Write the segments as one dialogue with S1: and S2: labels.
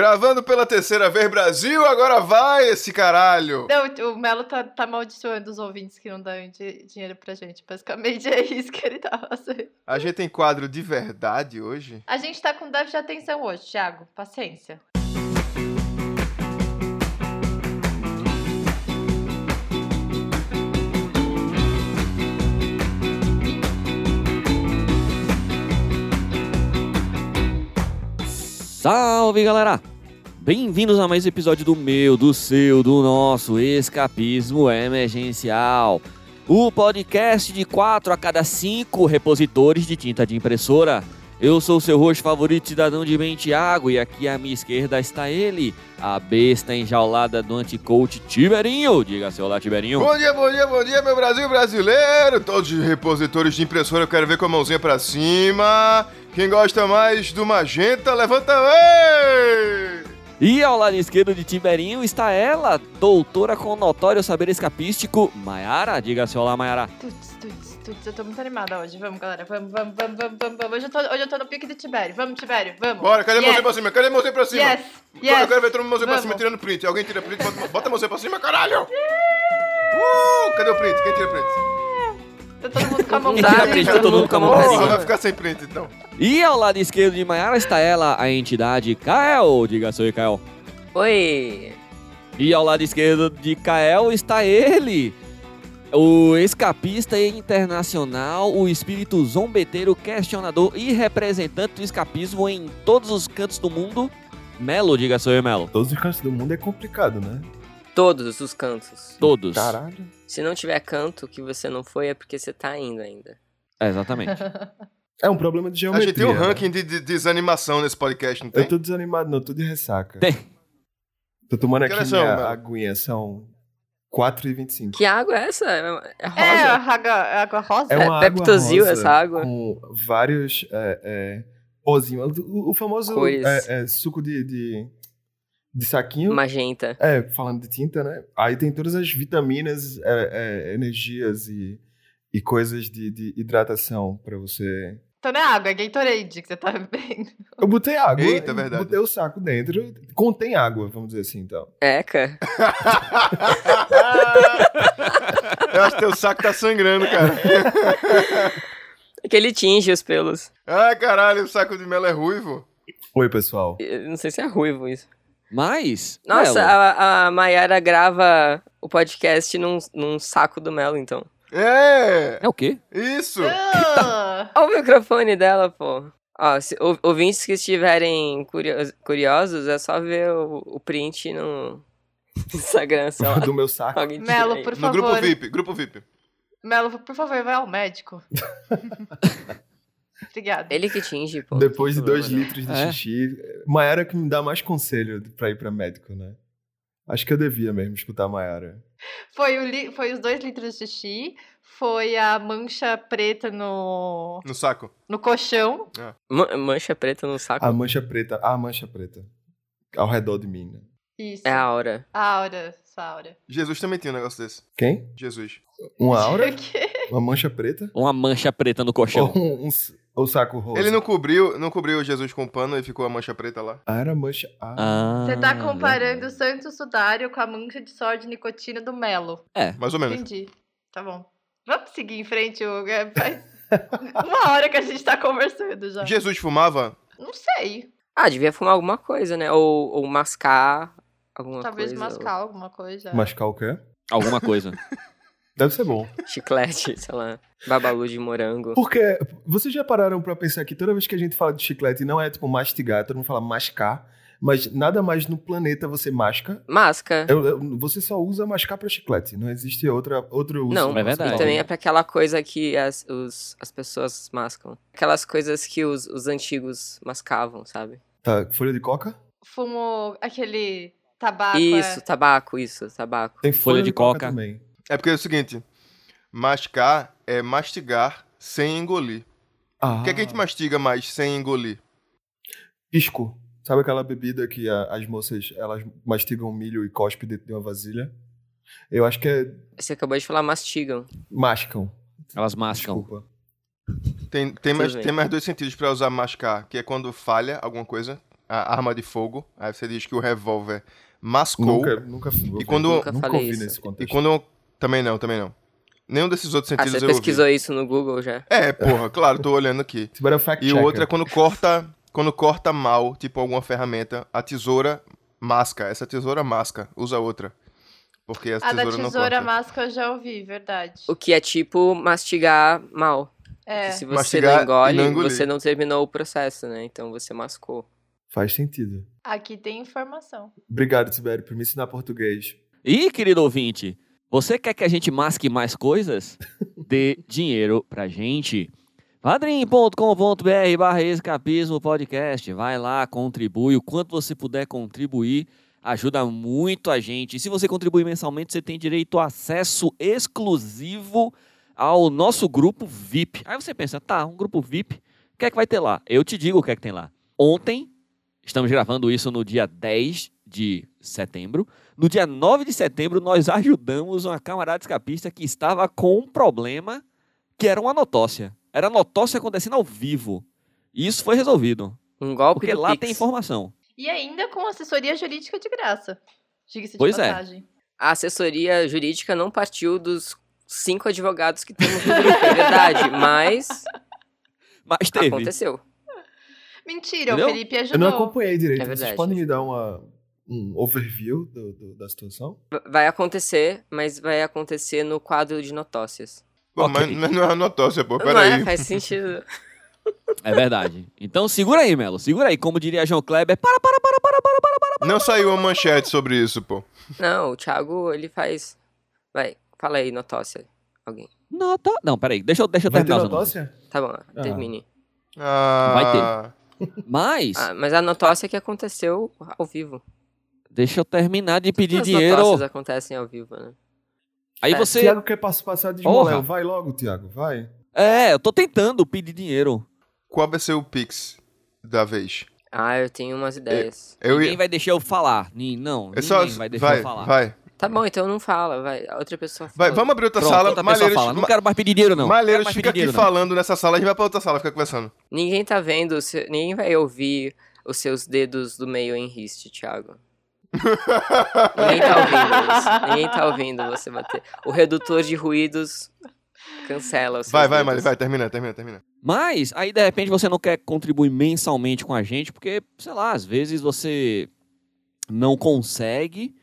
S1: Gravando pela terceira vez, Brasil, agora vai esse caralho!
S2: Não, o Melo tá, tá amaldiçoando os ouvintes que não dão di- dinheiro pra gente. Basicamente é isso que ele tá fazendo.
S1: A gente tem quadro de verdade hoje?
S2: A gente tá com déficit de atenção hoje, Thiago. Paciência.
S3: Salve galera! Bem-vindos a mais um episódio do meu, do seu, do nosso Escapismo Emergencial. O podcast de 4 a cada 5 repositores de tinta de impressora. Eu sou o seu host favorito, cidadão de bem, Thiago, e aqui à minha esquerda está ele, a besta enjaulada do anti-coach Tiberinho. Diga seu lá, Tiberinho.
S1: Bom dia, bom dia, bom dia, meu Brasil brasileiro! Todos os repositores de impressora, eu quero ver com a mãozinha pra cima. Quem gosta mais do Magenta, levanta Ei!
S3: E ao lado esquerdo de Tiberinho está ela, doutora com notório saber escapístico, Maiara. Diga seu lá, Maiara.
S2: Tuts, tuts, tuts. Eu tô muito animada hoje. Vamos, galera. Vamos, vamos, vamos, vamos, vamos. vamos. Hoje, eu tô, hoje eu tô no pique do Tibério. Vamos, Tibério. Vamos.
S1: Bora, cadê a mãozinha
S2: yes.
S1: pra cima? Cadê a mãozinha pra cima?
S2: Yes,
S1: Eu
S2: yes.
S1: quero ver todo mundo mãozinha pra
S2: Vamos.
S1: cima tirando print. Alguém tira print, bota, bota a mãozinha pra cima, caralho! Uh, cadê o print? Quem tira print?
S2: Tá todo mundo com a mão
S3: Quem tira print, tá todo mundo com a mão pra
S1: Porra,
S3: cima.
S1: vai ficar sem print então.
S3: E ao lado esquerdo de Maiara está ela, a entidade Kael. Diga seu aí, Kael.
S4: Oi!
S3: E ao lado esquerdo de Kael está ele, o escapista internacional, o espírito zombeteiro, questionador e representante do escapismo em todos os cantos do mundo. Melo, diga seu aí, Melo.
S5: Todos os cantos do mundo é complicado, né?
S4: Todos os cantos.
S3: Todos.
S5: Caralho.
S4: Se não tiver canto que você não foi, é porque você tá indo ainda.
S3: É, exatamente.
S5: É um problema de
S1: A
S5: geometria.
S1: gente tem um
S5: né?
S1: ranking de, de desanimação nesse podcast, não tem?
S5: Eu tô desanimado, não, tô de ressaca.
S3: Tem.
S5: Tô tomando
S1: Que
S5: aqui
S1: horas são,
S5: minha
S1: mano?
S5: aguinha, são 4h25.
S4: Que água é essa? É-
S2: É,
S4: É
S2: a
S4: rosa?
S2: água, a água rosa?
S4: É
S5: um-
S4: uma- Peptozil essa água.
S5: Com vários é, é, pozinhos. O, o famoso
S4: Cores.
S5: é, é, suco de, de, de saquinho.
S4: Magenta.
S5: É, falando de tinta, né? Aí tem todas as vitaminas, é, é, energias e, e coisas de, de hidratação pra você
S2: Então não é água, é Gatorade que você tá bebendo.
S5: Eu botei água.
S1: Eita, é verdade.
S5: Botei o saco dentro. Contém água, vamos dizer assim, então.
S4: Eca.
S1: Eu acho que teu saco tá sangrando, cara.
S4: É Que ele tinge os pelos.
S1: Ai, caralho, o saco de mel é ruivo.
S5: Oi, pessoal.
S4: Eu não sei se é ruivo isso.
S3: Mas.
S4: Nossa,
S3: Melo,
S4: a, a Mayara grava o podcast num, num saco do Melo, então.
S1: É!
S3: é o quê?
S1: Isso! Tá.
S2: Ah,
S4: Olha o microfone dela, pô. Ó, se, ou- ouvintes que estiverem curio- curiosos, é só ver o, o print no Instagram, sei lá.
S5: Do meu saco.
S4: Alguém tira
S2: Melo,
S4: aí.
S2: por
S1: No grupo
S2: favor.
S1: VIP, grupo VIP.
S2: Melo, por favor, vai ao médico. Obrigada.
S4: Ele que tinge, pô.
S5: Depois de
S4: Não tem
S5: dois
S4: problema,
S5: litros de
S3: É.
S5: xixi. Mayara é que me dá mais conselho pra ir pra médico, né? Acho que eu devia mesmo escutar a Mayara.
S2: Foi, o li- foi os dois litros de xixi, foi a mancha preta no,
S1: No saco.
S2: no colchão.
S4: não. Ma- Mancha preta no saco. é
S5: A mancha preta. A mancha preta. Ao redor de mim, né?
S2: Isso.
S4: É a aura.
S2: A aura, essa aura.
S1: Jesus também tinha um negócio desse.
S5: Quem?
S1: Jesus.
S5: Uma aura?
S2: O quê?
S5: Uma mancha preta?
S3: Uma mancha preta no colchão.
S5: Ou um, um, s- ou saco rosa?
S1: Ele não cobriu, não cobriu Jesus com pano e ficou a mancha preta lá.
S5: Ah, era mancha. Ah,
S3: Ah,
S2: Você tá comparando o santo sudário com a mancha de sal de nicotina do Melo.
S1: Mais ou menos.
S2: Entendi. Tá bom. Vamos seguir em frente, Hugo. É, faz uma hora que a gente tá conversando já.
S1: Jesus fumava?
S2: Não sei.
S4: Ah, devia fumar alguma coisa, né? Ou, ou mascar alguma
S2: Talvez
S4: coisa.
S2: mascar alguma coisa.
S5: mascar o quê?
S3: Alguma coisa.
S5: é? Deve ser bom.
S4: ou Chiclete, sei lá. Babalu de morango.
S5: Porque vocês já pararam pra pensar que toda vez que a gente fala de chiclete, não é tipo mastigar, todo mundo fala mascar, mas nada mais no planeta você masca.
S4: Masca.
S5: Eu- eu- você só usa mascar pra chiclete, não existe outra, outro uso.
S4: Não,
S3: é verdade.
S4: E também é pra aquela coisa que as, os, as pessoas mascam. Aquelas coisas que os, os antigos mascavam, sabe?
S5: Tá, folha de coca?
S2: Fumo aquele tabaco.
S4: isso,
S2: é.
S4: tabaco, isso, tabaco.
S5: Tem
S3: Folha de coca.
S5: também.
S1: É porque é o seguinte: mascar é mastigar sem engolir.
S5: Ah,
S1: O que é que a gente mastiga mais sem engolir?
S5: pisco. Sabe aquela bebida que a- as moças, elas mastigam milho e cospe dentro de uma vasilha? Eu acho que é
S4: Você acabou de falar mastigam.
S5: mascam.
S3: Elas mascam.
S5: Desculpa.
S1: Tem, tem, mais,
S4: Tudo bem.
S1: tem mais dois sentidos pra usar mascar, que é quando falha alguma coisa. a arma de fogo. Aí você diz que o revólver mascou.
S5: Nunca, nunca fui.
S1: E quando-
S5: nunca,
S4: Nunca falei
S5: ouvi
S4: isso.
S5: nesse
S1: E
S5: contexto.
S1: quando. Também não, também não. Nenhum desses outros
S4: Ah,
S1: sentidos
S4: você
S1: eu ouvi.
S4: pesquisou isso no Google já?
S1: É, porra, claro, tô olhando aqui.
S5: Esse barulho é fact
S1: E o
S5: checker.
S1: outro é quando corta, quando corta mal, tipo alguma ferramenta, a tesoura masca. Essa tesoura masca, usa outra. Porque a
S2: A Ah, da
S1: tesoura não
S2: tesoura
S1: corta.
S2: máscara eu já ouvi, verdade.
S4: O que é tipo mastigar mal.
S2: É.
S4: Se você
S1: Mastigar
S4: não
S1: e
S4: engole,
S1: não engolir.
S4: você não terminou o processo, né? Então você mascou.
S5: Faz sentido.
S2: Aqui tem informação.
S5: Obrigado, Tibério, por me ensinar português.
S3: E, querido ouvinte, você quer que a gente masque mais coisas? Dê dinheiro pra gente. padrim.com.br barra escapismo podcast. Vai lá, contribui. O quanto você puder contribuir, ajuda muito a gente. E se você contribuir mensalmente, você tem direito a acesso exclusivo ao nosso grupo VIP. Aí você pensa, tá, um grupo VIP, o que é que vai ter lá? Eu te digo o que é que tem lá. Ontem, estamos gravando isso no dia 10 de setembro, no dia 9 de setembro, nós ajudamos uma camarada escapista que estava com um problema que era uma notócia. Era notócia acontecendo ao vivo. E isso foi resolvido.
S4: Um golpe
S3: Porque
S4: do
S3: lá
S4: Pix.
S3: tem informação.
S2: E ainda com assessoria jurídica de graça. Diga-se de
S3: Pois é.
S2: passagem.
S4: A assessoria jurídica não partiu dos cinco advogados que temos no grupo, é verdade. Mas
S3: Mas teve.
S4: aconteceu.
S2: Mentira,
S3: Entendeu?
S2: o Felipe
S5: Eu
S2: ajudou.
S5: não acompanhei direito.
S4: É
S5: Vocês
S4: verdade.
S5: podem me dar uma, um overview do- do- da situação?
S4: V- Vai acontecer, mas vai acontecer no quadro de notócias.
S1: Pô,
S3: Ok.
S1: mas, mas não é uma notócia, pô,
S4: não é?
S1: peraí.
S4: Faz sentido.
S3: É verdade. Então segura aí, Melo. Segura aí. Como diria João Kleber, para, para, para, para, para, para.
S1: Não saiu uma manchete sobre isso, pô.
S4: Não, o Thiago, ele faz... Vai, fala aí, notócia. Alguém.
S3: Nota... Não, peraí. Deixa eu, deixa eu
S5: Vai ter
S3: terminar. o seu
S5: notócia?
S4: Tá bom, termine.
S1: Ah,
S3: nome. Mas,
S4: Ah, mas a notócia que aconteceu ao vivo.
S3: deixa eu terminar de pedir
S4: As notócias
S3: dinheiro.
S4: acontecem ao vivo, né?
S3: Aí
S4: É,
S3: você...
S5: Tiago quer participar de Esmoléu.
S3: Porra.
S5: Vai logo, Tiago, vai.
S3: É, eu tô tentando pedir dinheiro.
S1: qual vai ser o Pix da vez?
S4: Ah, eu tenho umas ideias.
S1: Eu
S3: Ninguém
S1: ia.
S3: vai deixar eu falar. Ni- Não, ninguém
S1: é só-
S3: vai deixar
S1: vai,
S3: eu falar.
S1: vai,
S4: Tá bom, então não fala, vai. A outra pessoa fala.
S1: vai. Vamos abrir outra
S3: Pronto,
S1: sala.
S3: outra pessoa
S1: Malheiros,
S3: fala. Não
S1: Ma-
S3: quero mais pedir dinheiro, não.
S1: Malheiros
S3: Não quero mais
S1: fica
S3: pedir
S1: aqui
S3: dinheiro, não.
S1: falando nessa sala, a gente vai pra outra sala ficar conversando.
S4: Ninguém tá vendo, o seu- ninguém vai ouvir os seus dedos do meio em riste, Thiago. ninguém tá ouvindo isso. Ninguém tá ouvindo você bater. O redutor de ruídos cancela os seus
S1: Vai, vai,
S4: dedos.
S1: Mali, vai, termina, termina, termina.
S3: Mas aí de repente você não quer contribuir mensalmente com a gente, porque, sei lá, às vezes você não consegue.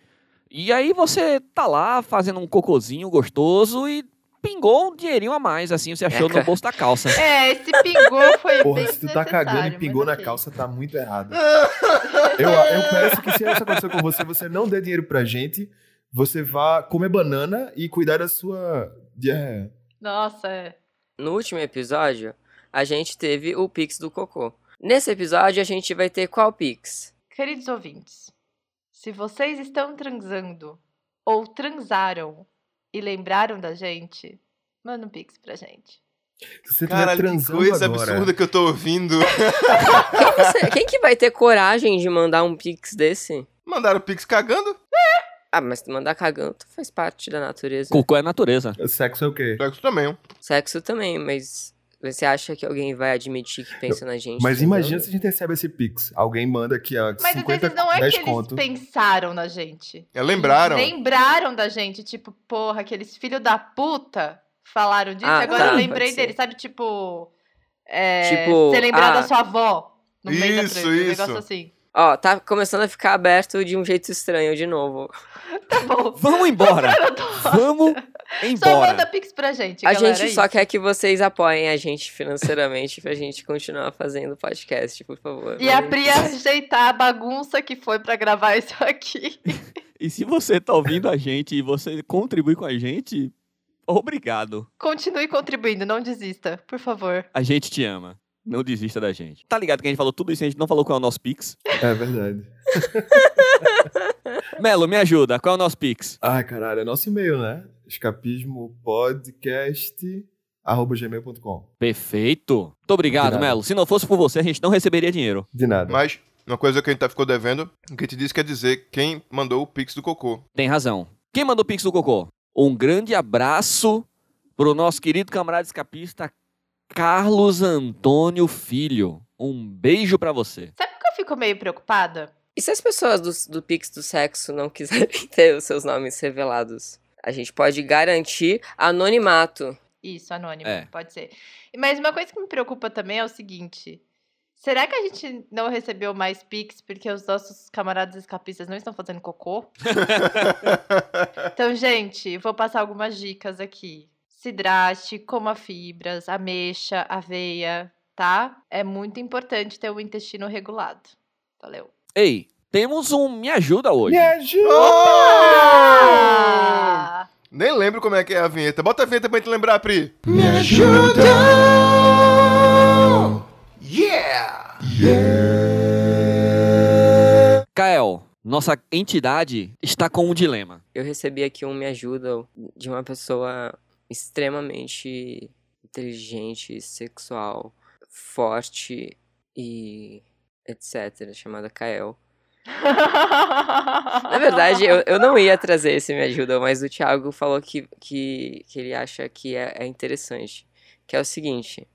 S3: E aí você tá lá fazendo um cocôzinho gostoso e pingou um dinheirinho a mais, assim, você achou no
S4: Eca.
S3: bolso da calça.
S2: É, esse pingou foi
S5: Porra,
S2: É bem
S5: se tu tá cagando e
S2: desnecessário,
S5: pingou
S2: mas
S5: na
S2: ok.
S5: calça, tá muito errado. Eu, eu peço que se isso acontecer com você, você não dê dinheiro pra gente, você vá comer banana e cuidar da sua diarreia.
S2: Nossa, é.
S4: No último episódio, a gente teve o Pix do Cocô. Nesse episódio, a gente vai ter qual Pix?
S2: Queridos ouvintes, se vocês estão transando ou transaram e lembraram da gente, manda um pix pra gente.
S5: Você tá
S1: Caralho, que
S5: transando
S1: coisa
S5: agora.
S1: absurda que eu tô ouvindo.
S4: Quem, você- quem que vai ter coragem de mandar um Pix desse?
S1: Mandaram o Pix cagando?
S4: Ah, mas mandar cagando faz parte da natureza.
S3: Cocô é natureza.
S5: Sexo é o quê?
S1: Sexo também,
S4: Sexo também, mas você acha que alguém vai admitir que pensa na gente?
S5: Mas
S4: entendeu?
S5: imagina se a gente recebe esse pix. Alguém manda aqui, ó,
S2: Mas
S5: 50,
S2: às vezes não é que
S5: 10
S2: eles
S5: conto.
S2: pensaram na gente.
S1: É, lembraram.
S2: Eles lembraram da gente, tipo, porra, aqueles filho da puta falaram disso,
S4: Ah,
S2: e agora
S4: tá,
S2: eu lembrei
S4: pode ser.
S2: deles, sabe? Tipo, é,
S4: Tipo,
S2: você lembrar
S4: ah,
S2: da sua avó no meio da
S1: isso,
S2: treta, um
S1: isso.
S2: negócio assim.
S4: Ó, tá começando a ficar aberto de um jeito estranho de novo.
S2: Tá bom. tá
S3: Vamos embora! Vamos
S2: Só manda
S3: embora!
S2: pix pra gente,
S4: a
S2: galera,
S4: gente
S2: é
S4: só
S2: isso.
S4: quer que vocês apoiem a gente financeiramente pra gente continuar fazendo podcast, por favor.
S2: E a
S5: Uhum.
S4: Mandem
S2: Pri ajeitar a bagunça que foi pra gravar isso aqui.
S3: E se você tá ouvindo a gente e você contribui com a gente, obrigado.
S2: Continue contribuindo, não desista, por favor.
S3: A gente te ama. Não desista da gente. Tá ligado que a gente falou tudo isso e a gente não falou qual é o nosso Pix?
S5: É verdade.
S3: Melo, me ajuda. Qual é o nosso Pix?
S5: Ai, caralho, é nosso e-mail, né? escapismopodcast.gmail.com
S3: Perfeito. Muito obrigado,
S5: Obrigado.
S3: Melo. Se não fosse por você, a gente não receberia dinheiro.
S5: De nada.
S1: Mas uma coisa que a gente tá ficou devendo, o que te disse quer dizer quem mandou o Pix do cocô.
S3: Tem razão. Quem mandou o Pix do Cocô? Um grande abraço pro nosso querido camarada escapista Carlos Antônio Filho. Um beijo pra você.
S2: Sabe qual fico meio preocupada?
S4: E se as pessoas do, do Pix do Sexo não quiserem ter os seus nomes revelados? A gente pode garantir anonimato.
S2: Isso, anônimo,
S3: É.
S2: pode ser. Mas uma coisa que me preocupa também é o seguinte: será que a gente não recebeu mais Pix porque os nossos camaradas escapistas não estão fazendo cocô? Então, gente, vou passar algumas dicas aqui. Se hidrate, coma fibras, ameixa, aveia, tá? É muito importante ter o intestino regulado. Valeu.
S3: Ei, temos um Me Ajuda hoje.
S5: Me ajuda!
S1: Oh!
S2: Ah!
S1: Nem lembro como é que é a vinheta. Bota a vinheta pra gente lembrar, Pri.
S5: Me ajuda!
S1: Yeah!
S3: Kael, nossa entidade está com um dilema.
S4: Eu recebi aqui um me ajuda de uma pessoa extremamente inteligente, sexual, forte e etc, chamada Kael.
S2: Ah!
S4: Na É verdade, eu, eu não ia trazer esse me ajuda, mas o Thiago falou que, que, que ele acha que é, é interessante. Que é o seguinte,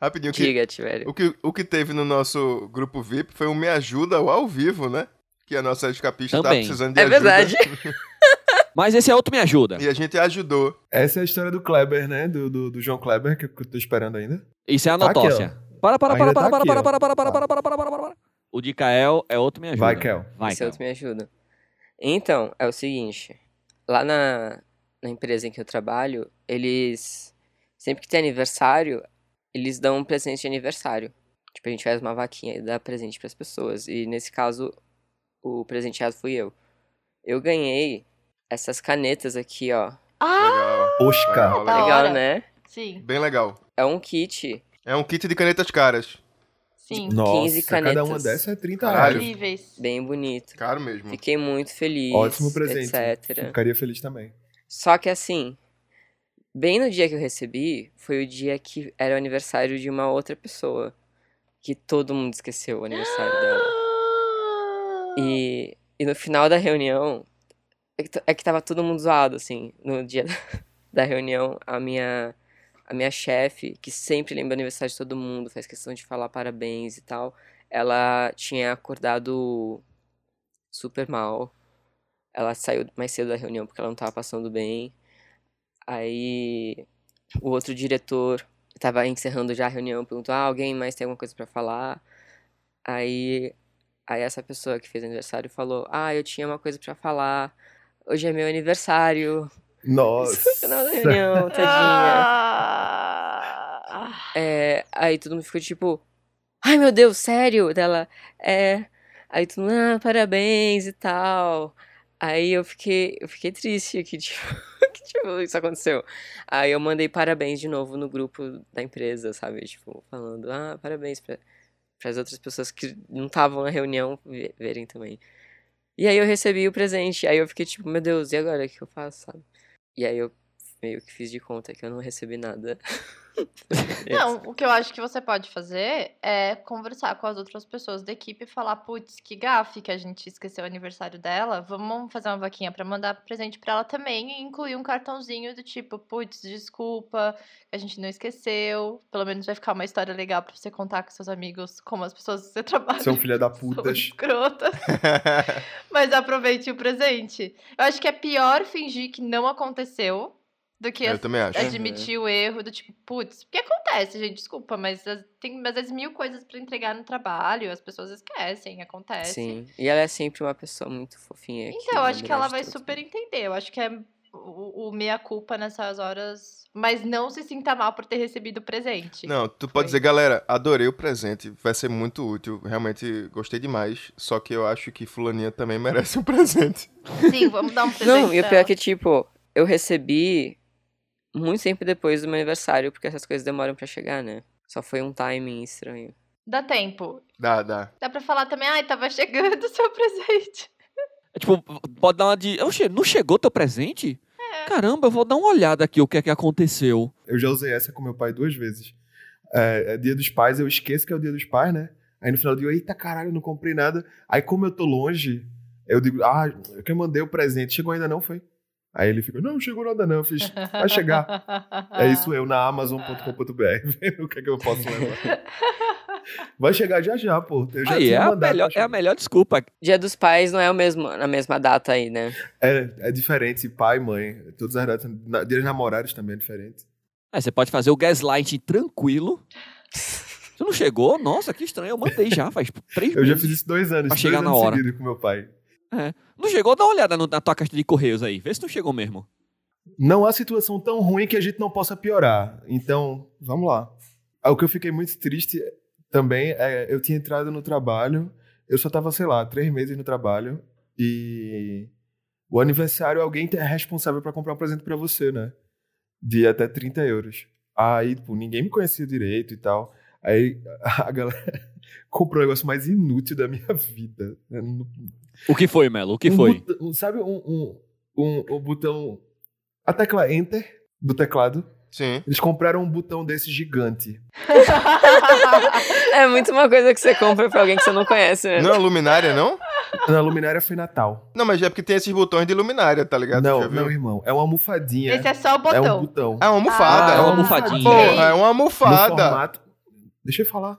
S1: Rapidinho, o que,
S4: diga-te, velho.
S1: o, que, o que teve no nosso grupo VIP foi um Me Ajuda ao vivo, né? Que a nossa escapista tava
S3: Também.
S1: precisando de
S4: É
S1: ajuda.
S4: verdade.
S3: Mas esse é outro Me Ajuda.
S1: E a gente ajudou.
S5: Essa é a história do Kleber, né? Do, do, do João Kleber, que eu tô esperando ainda.
S3: Isso é a
S5: Tá aqui, ó.
S3: notócia. Para, para, para,
S5: Ainda
S3: para,
S5: tá
S3: para,
S5: aqui,
S3: para,
S5: ó.
S3: para, para, para, para, para, para, para, para. O de Kael é outro Me Ajuda.
S5: Vai, Kel.
S3: Vai,
S4: Esse é
S3: Kael.
S4: outro me ajuda. Então, é o seguinte. Lá na, na empresa em que eu trabalho, eles. Sempre que tem aniversário, eles dão um presente de aniversário. Tipo, a gente faz uma vaquinha e dá presente pras pessoas. E nesse caso, o presenteado fui eu. Eu ganhei essas canetas aqui, ó.
S2: ah,
S1: Legal.
S5: Oscar.
S2: Da
S4: Legal,
S2: hora.
S4: né?
S2: sim,
S1: Bem legal.
S4: É um kit.
S1: É um kit de canetas caras.
S2: sim.
S5: Nossa,
S4: 15
S5: cada
S4: canetas.
S5: uma dessas é 30
S1: Caralho.
S5: reais.
S2: Incríveis.
S4: Bem bonito.
S1: Caro mesmo.
S4: Fiquei muito feliz.
S5: Ótimo presente.
S4: Etc.
S5: Ficaria feliz também.
S4: Só que assim, bem no dia que eu recebi, foi o dia que era o aniversário de uma outra pessoa. Que todo mundo esqueceu o aniversário dela. E, e no final da reunião, é que, t- é que tava todo mundo zoado, assim. No dia da, da reunião, a minha, a minha chefe, que sempre lembra o aniversário de todo mundo, faz questão de falar parabéns e tal, ela tinha acordado super mal. Ela saiu mais cedo da reunião porque ela não tava passando bem. Aí o outro diretor tava encerrando já a reunião, perguntou: "Ah, alguém mais tem alguma coisa pra falar?" Aí aí essa pessoa que fez aniversário falou: "Ah, eu tinha uma coisa pra falar. Hoje é meu aniversário."
S5: Nossa.
S4: Isso no final da reunião, tadinha.
S2: Ah,
S4: É, aí todo mundo ficou tipo, ai meu Deus, sério? Dela, é. Aí todo mundo, ah, parabéns e tal. Aí eu fiquei, eu fiquei triste que, tipo, que tipo, isso aconteceu. Aí eu mandei parabéns de novo no grupo da empresa, sabe? Tipo, falando, ah, parabéns para as outras pessoas que não estavam na reunião ve- verem também. E aí eu recebi o presente, aí eu fiquei tipo, meu Deus, e agora o que eu faço, sabe? E aí eu meio que fiz de conta que eu não recebi nada.
S2: Não, o que eu acho que você pode fazer é conversar com as outras pessoas da equipe e falar, putz, que gafe que a gente esqueceu o aniversário dela. Vamos fazer uma vaquinha pra mandar presente pra ela também e incluir um cartãozinho do tipo, putz, desculpa, a gente não esqueceu. Pelo menos vai ficar uma história legal pra você contar com seus amigos, como as pessoas que você trabalha.
S5: São filha é um da
S2: são
S5: putas.
S2: escrotas. Mas aproveite o presente. Eu acho que é pior fingir que não aconteceu do que
S1: Eu também acho.
S4: É.
S2: admitir o erro do tipo, putz, porque acontece, gente, desculpa, mas as- tem às vezes mil coisas pra entregar no trabalho, as pessoas esquecem, acontece.
S4: Sim, é e ela é sempre uma pessoa muito fofinha. né,
S2: Então, eu acho que ela vai
S4: superar.
S2: super entender. Eu acho que é o, o meia-culpa nessas horas. Mas não se sinta mal por ter recebido o presente.
S1: Não, tu pode dizer, galera, adorei o presente, vai ser muito útil, realmente gostei demais, só que eu acho que fulaninha também merece um presente.
S2: Sim, vamos dar um presente.
S4: Não, e o
S2: pra
S4: pior é
S2: ela.
S4: que, tipo, eu recebi muito tempo depois do meu aniversário, porque essas coisas demoram pra chegar, né? Só foi um timing estranho.
S2: Dá tempo.
S1: Dá, dá.
S2: Dá pra falar também, ai, tava chegando o seu presente.
S3: É Tipo, pode dar uma de. Oxe, não chegou teu presente?
S4: É.
S3: Caramba, eu vou dar uma olhada aqui o que é que aconteceu.
S5: Eu já usei essa com meu pai duas vezes. É, é dia dos pais, eu esqueço que é o dia dos pais, né? Aí no final do dia, eita caralho, eu não comprei nada. Aí como eu tô longe, eu digo, ah, eu que mandei o presente. Chegou ainda não, foi? Aí ele fica, não, chegou nada não. Eu fiz, vai É chegar. É isso eu na Amazon.com.br, vendo o que é que eu posso levar. Vai chegar já já, pô. Eu já
S3: Aí, é
S5: tinha
S3: a,
S5: mandado
S3: melhor,
S5: pra
S3: é a melhor desculpa.
S4: Dia dos Pais não é o mesmo, na mesma data aí, né?
S5: É, é diferente, pai, mãe. Todas as datas. na- Dia dos namorados também é diferente.
S3: Aí você pode fazer o gaslight tranquilo. Você não chegou? Nossa, que estranho. Eu mandei já faz três
S5: Eu já
S3: meses.
S5: fiz isso dois anos,
S3: Uhum. Pra
S5: dois
S3: chegar na
S5: anos
S3: hora.
S5: seguidos com meu pai.
S3: Não chegou? Dá uma olhada no- na tua caixa de correios aí. Vê se não chegou mesmo.
S5: Não há situação tão ruim que a gente não possa piorar. Então, vamos lá. Ah, O que eu fiquei muito triste também é eu tinha entrado no trabalho, eu só tava, sei lá, três meses no trabalho e o aniversário alguém é responsável pra comprar um presente pra você, né? De até 30 euros. Aí, tipo, ninguém me conhecia direito e tal. Aí a galera comprou o negócio mais inútil da minha vida. Eu não-
S3: O que foi, Melo? O que
S5: um
S3: foi?
S5: botão- um- sabe um, um, um, um botão. A tecla Enter do teclado.
S1: Sim.
S5: Eles compraram um botão desse gigante.
S4: É muito uma coisa que você compra pra alguém que você não conhece, né?
S1: Não é luminária, não?
S5: Na luminária foi Natal.
S1: Não, mas é porque tem esses botões de luminária, tá ligado? Já
S5: não,
S1: viu?
S5: não, irmão. É uma almofadinha.
S2: Esse é só o
S5: É um
S2: botão.
S5: botão.
S1: É uma almofada. é
S3: Ah, é uma
S1: uma
S3: almofadinha.
S1: Porra, é uma
S5: No
S1: almofada.
S5: formato... Deixa eu falar.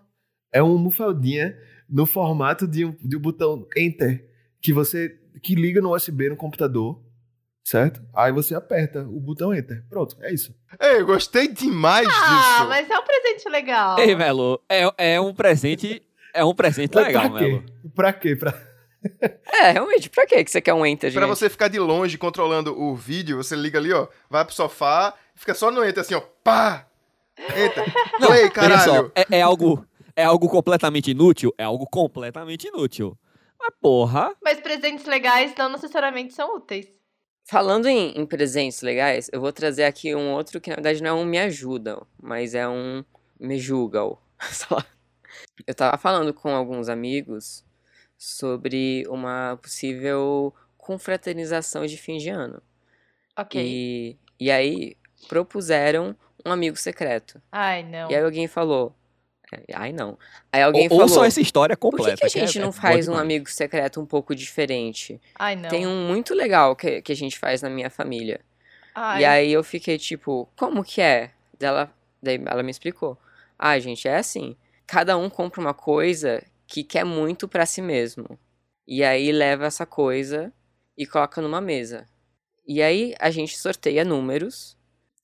S5: É uma almofadinha no formato de um, de um botão Enter. Que você. Que liga no USB no computador. Certo? Aí você aperta o botão Enter. Pronto, é isso.
S1: Ei, gostei demais
S2: Ah,
S1: disso.
S2: mas é um presente legal.
S3: Ei, Melo, é, é um presente. É um presente
S5: Mas
S3: legal,
S5: pra quê?
S3: Melo.
S5: Pra quê? Pra
S4: É, realmente, pra quê que você quer um enter, gente?
S1: Pra você ficar de longe controlando o vídeo, você liga ali, ó, vai pro sofá, fica só no enter assim, ó, pá! Eita,
S3: Não,
S1: play,
S3: Veja
S1: caralho!
S3: só, é, é algo, é algo completamente inútil? É algo completamente inútil. Mas porra,
S2: Mas presentes legais não necessariamente são úteis.
S4: Falando em, em presentes legais, eu vou trazer aqui um outro que na verdade não é um me ajudam, mas é um me julgam. Sei lá. Eu tava falando com alguns amigos sobre uma possível confraternização de fim de ano.
S2: Ok.
S4: E, e aí propuseram um amigo secreto.
S2: Ai, não.
S4: E aí alguém falou. é, Ai não. Aí alguém
S3: ou,
S4: falou.
S3: ouçam essa história
S4: Por
S3: completa.
S4: que, que a gente
S3: é- é
S4: não
S3: boa
S4: faz um
S3: demais."
S4: amigo secreto um pouco diferente?
S2: Ai, não.
S4: Tem um muito legal que, que a gente faz na minha família.
S2: Ai,
S4: E aí eu fiquei tipo, como que é? Daí Ela, daí ela me explicou. Ah, gente, é assim. Cada um compra uma coisa que quer muito pra si mesmo. E aí leva essa coisa e coloca numa mesa. E aí a gente sorteia números.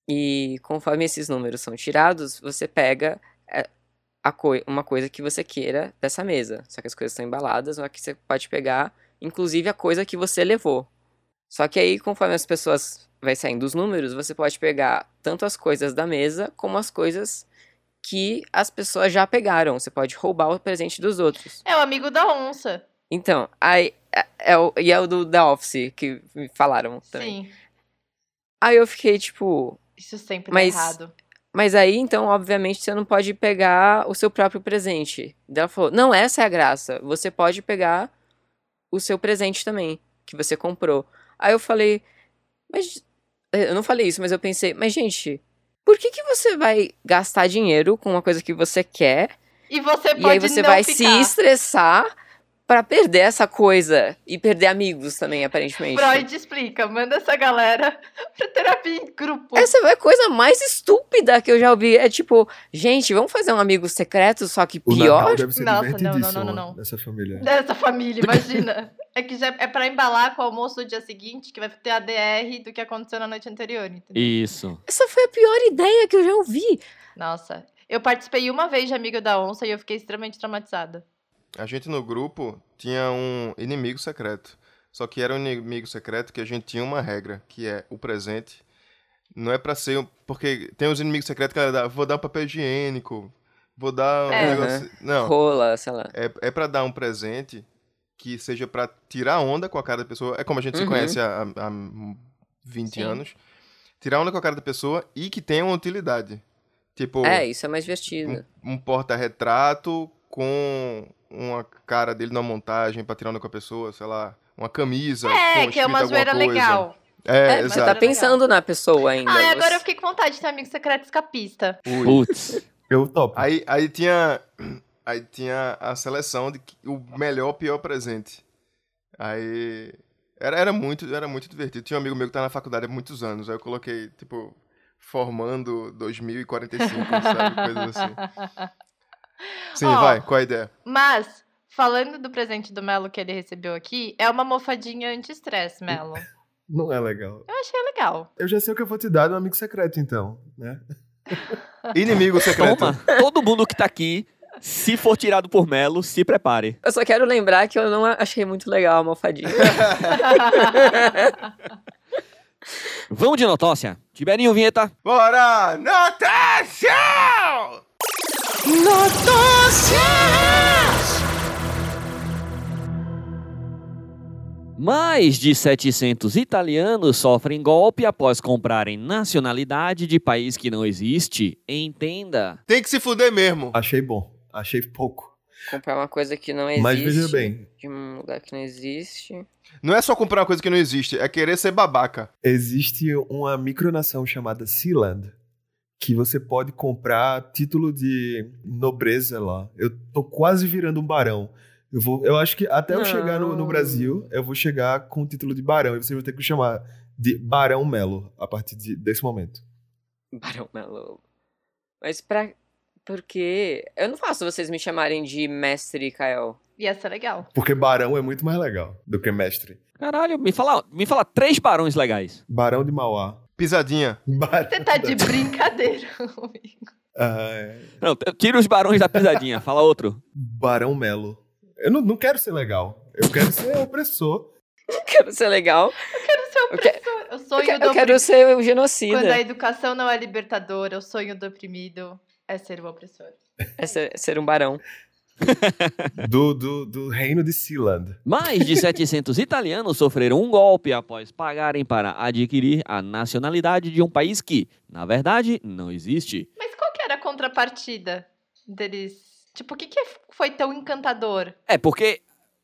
S4: E conforme esses números são tirados, você pega é, a coi- uma coisa que você queira dessa mesa. Só que as coisas estão embaladas, só que você pode pegar, inclusive, a coisa que você levou. Só que aí, conforme as pessoas vai saindo os números, você pode pegar tanto as coisas da mesa como as coisas que as pessoas já pegaram. Você pode roubar o presente dos outros.
S2: É o amigo da onça.
S4: Então, aí é, é o, e é o do da Office que me falaram também.
S2: Sim.
S4: Aí eu fiquei tipo,
S2: Isso sempre
S4: Mas-
S2: dá errado.
S4: mas aí então, obviamente, você não pode pegar o seu próprio presente. Daí ela falou: "Não, essa é a graça. Você pode pegar o seu presente também que você comprou". Aí eu falei: "Mas eh, eu não falei isso, mas eu pensei: "Mas gente, por que que você vai gastar dinheiro com uma coisa que você quer
S2: E você pode
S4: e aí você
S2: não
S4: vai
S2: ficar.
S4: se estressar pra perder essa coisa e perder amigos também, aparentemente?"
S2: Freud explica, manda essa galera pra terapia em grupo.
S4: Essa é a coisa mais estúpida que eu já ouvi. É tipo, gente, vamos fazer um amigo secreto, só que
S5: O
S4: pior?
S5: Natal deve ser
S2: Nossa, não, não,
S5: divertidíssimo
S2: não, não, não.
S5: nessa família.
S2: Dessa família, imagina. É que já é pra embalar com o almoço do dia seguinte, que vai ter a DR do que aconteceu na noite anterior, entendeu?
S3: Isso.
S4: Essa foi a pior ideia que eu já ouvi.
S2: Nossa. Eu participei uma vez de Amigo da Onça e eu fiquei extremamente traumatizada.
S1: A gente no grupo tinha um inimigo secreto. Só que era um inimigo secreto que a gente tinha uma regra, que é o presente. Não é pra ser. um- Porque tem uns inimigos secretos que dá, vou dar um papel higiênico, vou dar um
S2: É.
S1: negócio. Não.
S4: Rola, sei lá.
S1: É, é para dar um presente que seja pra tirar onda com a cara da pessoa. É como a gente se
S4: Uhum.
S1: conhece há, há- há 20
S2: Sim.
S1: anos. Tirar onda com a cara da pessoa e que tenha uma utilidade. Tipo,
S4: É, isso é mais divertido.
S1: um, um porta-retrato com uma cara dele na montagem pra tirar onda com a pessoa, sei lá, uma camisa.
S2: É,
S1: com
S2: que é uma
S1: escrito alguma
S2: zoeira
S1: coisa.
S2: legal.
S1: É,
S4: É, você
S1: exato.
S4: tá pensando na pessoa ainda.
S2: Ah, e agora
S4: você-
S2: eu fiquei com vontade de ter amigo secreto escapista.
S1: Ui.
S3: Putz.
S5: Eu topo.
S1: Aí, aí tinha. Aí tinha a seleção de que- o melhor pior presente. Aí. Era, era muito era muito divertido. Tinha um amigo meu que tá na faculdade há muitos anos. Aí eu coloquei, tipo, formando 2045, sabe? Coisas assim. Sim,
S2: Ó.
S1: vai, qual a ideia?
S2: Mas, falando do presente do Melo que ele recebeu aqui, é uma mofadinha anti-estresse, Melo.
S5: Não é legal.
S2: Eu achei legal.
S5: Eu já sei o que eu vou te dar do amigo secreto, então, né?
S1: Inimigo secreto.
S3: Toma, todo mundo que tá aqui, se for tirado por Melo, se prepare.
S4: Eu só quero lembrar que eu não a- achei muito legal a malfadinha.
S3: Vamos de notócia. Tiberinho, vinheta.
S1: Bora! Notícia!
S3: Mais de 700 italianos sofrem golpe após comprarem nacionalidade de país que não existe. Entenda.
S1: Tem que se fuder mesmo.
S5: Achei bom. Achei pouco.
S4: Comprar uma coisa que não existe.
S5: Mas veja bem,
S4: De um lugar que não existe.
S1: Não é só comprar uma coisa que não existe, é querer ser babaca.
S5: existe uma micronação chamada Sealand que você pode comprar título de nobreza lá. Eu tô quase virando um barão. Eu, vou, eu acho que até eu
S4: Não.
S5: chegar no, no Brasil, eu vou chegar com o título de barão. E vocês vão ter que me chamar de Barão Melo a partir de- desse momento.
S4: Barão Melo. Mas pra. Por quê? Eu não faço vocês me chamarem de mestre Kael.
S2: Ia ser legal.
S5: Porque barão é muito mais legal do que mestre.
S3: Caralho, me fala, me fala três barões legais.
S5: Barão de Mauá.
S1: Pisadinha.
S5: Barão
S2: Você tá
S5: da-
S2: de brincadeira comigo.
S5: Ah, é.
S3: Não, t- tira os barões da pisadinha. Fala outro.
S5: Barão Melo. Eu não, não quero ser legal. Eu quero ser opressor.
S4: Quero ser legal.
S2: Quero ser
S4: Eu que-
S2: opressor. Eu
S4: Eu,
S2: sonho
S4: que-
S2: do
S4: eu quero ser o genocida.
S2: Quando a educação não é libertadora, o sonho do oprimido é ser o opressor.
S4: É ser, ser um barão.
S5: Do, do, do reino de Sealand.
S3: Mais de 700 italianos sofreram um golpe após pagarem para adquirir a nacionalidade de um país que, na verdade, não existe.
S2: Mas qual que era a contrapartida deles? Tipo, o que, que foi tão encantador?
S3: É porque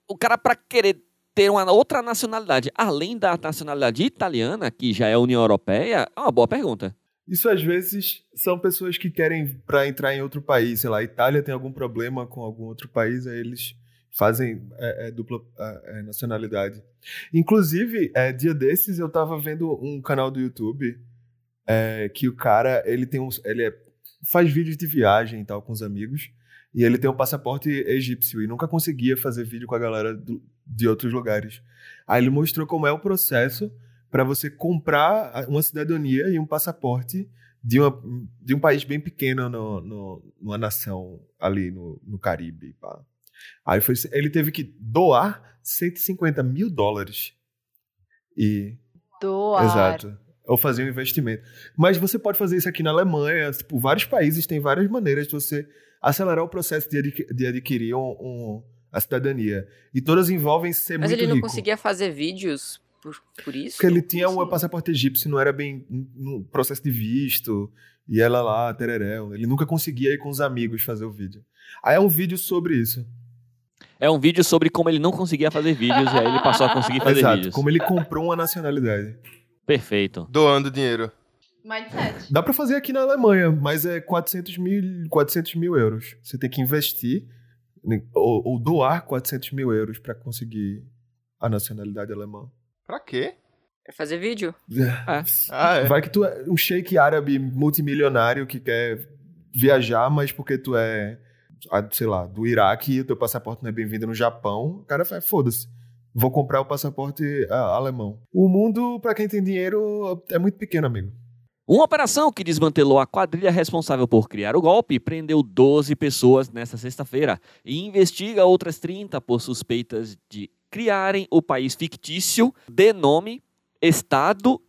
S3: o cara para querer ter uma outra nacionalidade, além da nacionalidade italiana, que já é a União Europeia, é uma boa pergunta.
S5: Isso às vezes são pessoas que querem pra entrar em outro país. Sei lá, a Itália tem algum problema com algum outro país, aí eles fazem é, é, dupla é, é, nacionalidade. Inclusive, é, dia desses eu tava vendo um canal do YouTube é, que o cara ele tem uns, ele é- faz vídeos de viagem e tal com os amigos e ele tem um passaporte egípcio e nunca conseguia fazer vídeo com a galera do- de outros lugares. Aí ele mostrou como é o processo para você comprar a- uma cidadania e um passaporte de, uma, de um país bem pequeno no, no- numa nação ali no, no Caribe. pá. Aí foi, ele teve que doar 150 mil dólares. E
S2: Doar.
S5: Exato. Ou fazer um investimento. Mas você pode fazer isso aqui na Alemanha, tipo, vários países têm várias maneiras de você acelerar o processo de, adqui- de adquirir um- um- a cidadania. E todas envolvem ser
S4: Mas
S5: É muito
S4: ele não
S5: rico.
S4: conseguia fazer vídeos por, por isso?
S5: Porque ele tinha
S4: Como
S5: um
S4: assim?
S5: passaporte egípcio, não era bem no processo de visto, e ela lá, tereréu. Ele nunca conseguia ir com os amigos fazer o vídeo. Aí é um vídeo sobre isso.
S3: É um vídeo sobre como ele não conseguia fazer vídeos e aí ele passou a conseguir fazer
S5: Exato.
S3: vídeos.
S5: Como ele comprou uma nacionalidade.
S3: Perfeito.
S1: Doando dinheiro.
S2: Mindset.
S5: Dá pra fazer aqui na Alemanha, mas é 400 mil, 400 mil euros. Você tem que investir né, ou, ou doar 400 mil euros pra conseguir a nacionalidade alemã.
S1: Pra quê?
S4: É fazer vídeo?
S1: Ah, é.
S5: Vai que tu é um sheik árabe multimilionário que quer viajar, mas porque tu é, ah, sei lá, do Iraque e o teu passaporte não é bem-vindo no Japão, o cara vai, foda-se. Vou comprar o passaporte ah, alemão. O mundo, pra quem tem dinheiro, é muito pequeno, amigo.
S3: Uma operação que desmantelou a quadrilha responsável por criar o golpe prendeu 12 pessoas nesta sexta-feira e investiga outras 30 por suspeitas de criarem o país fictício de nome Estado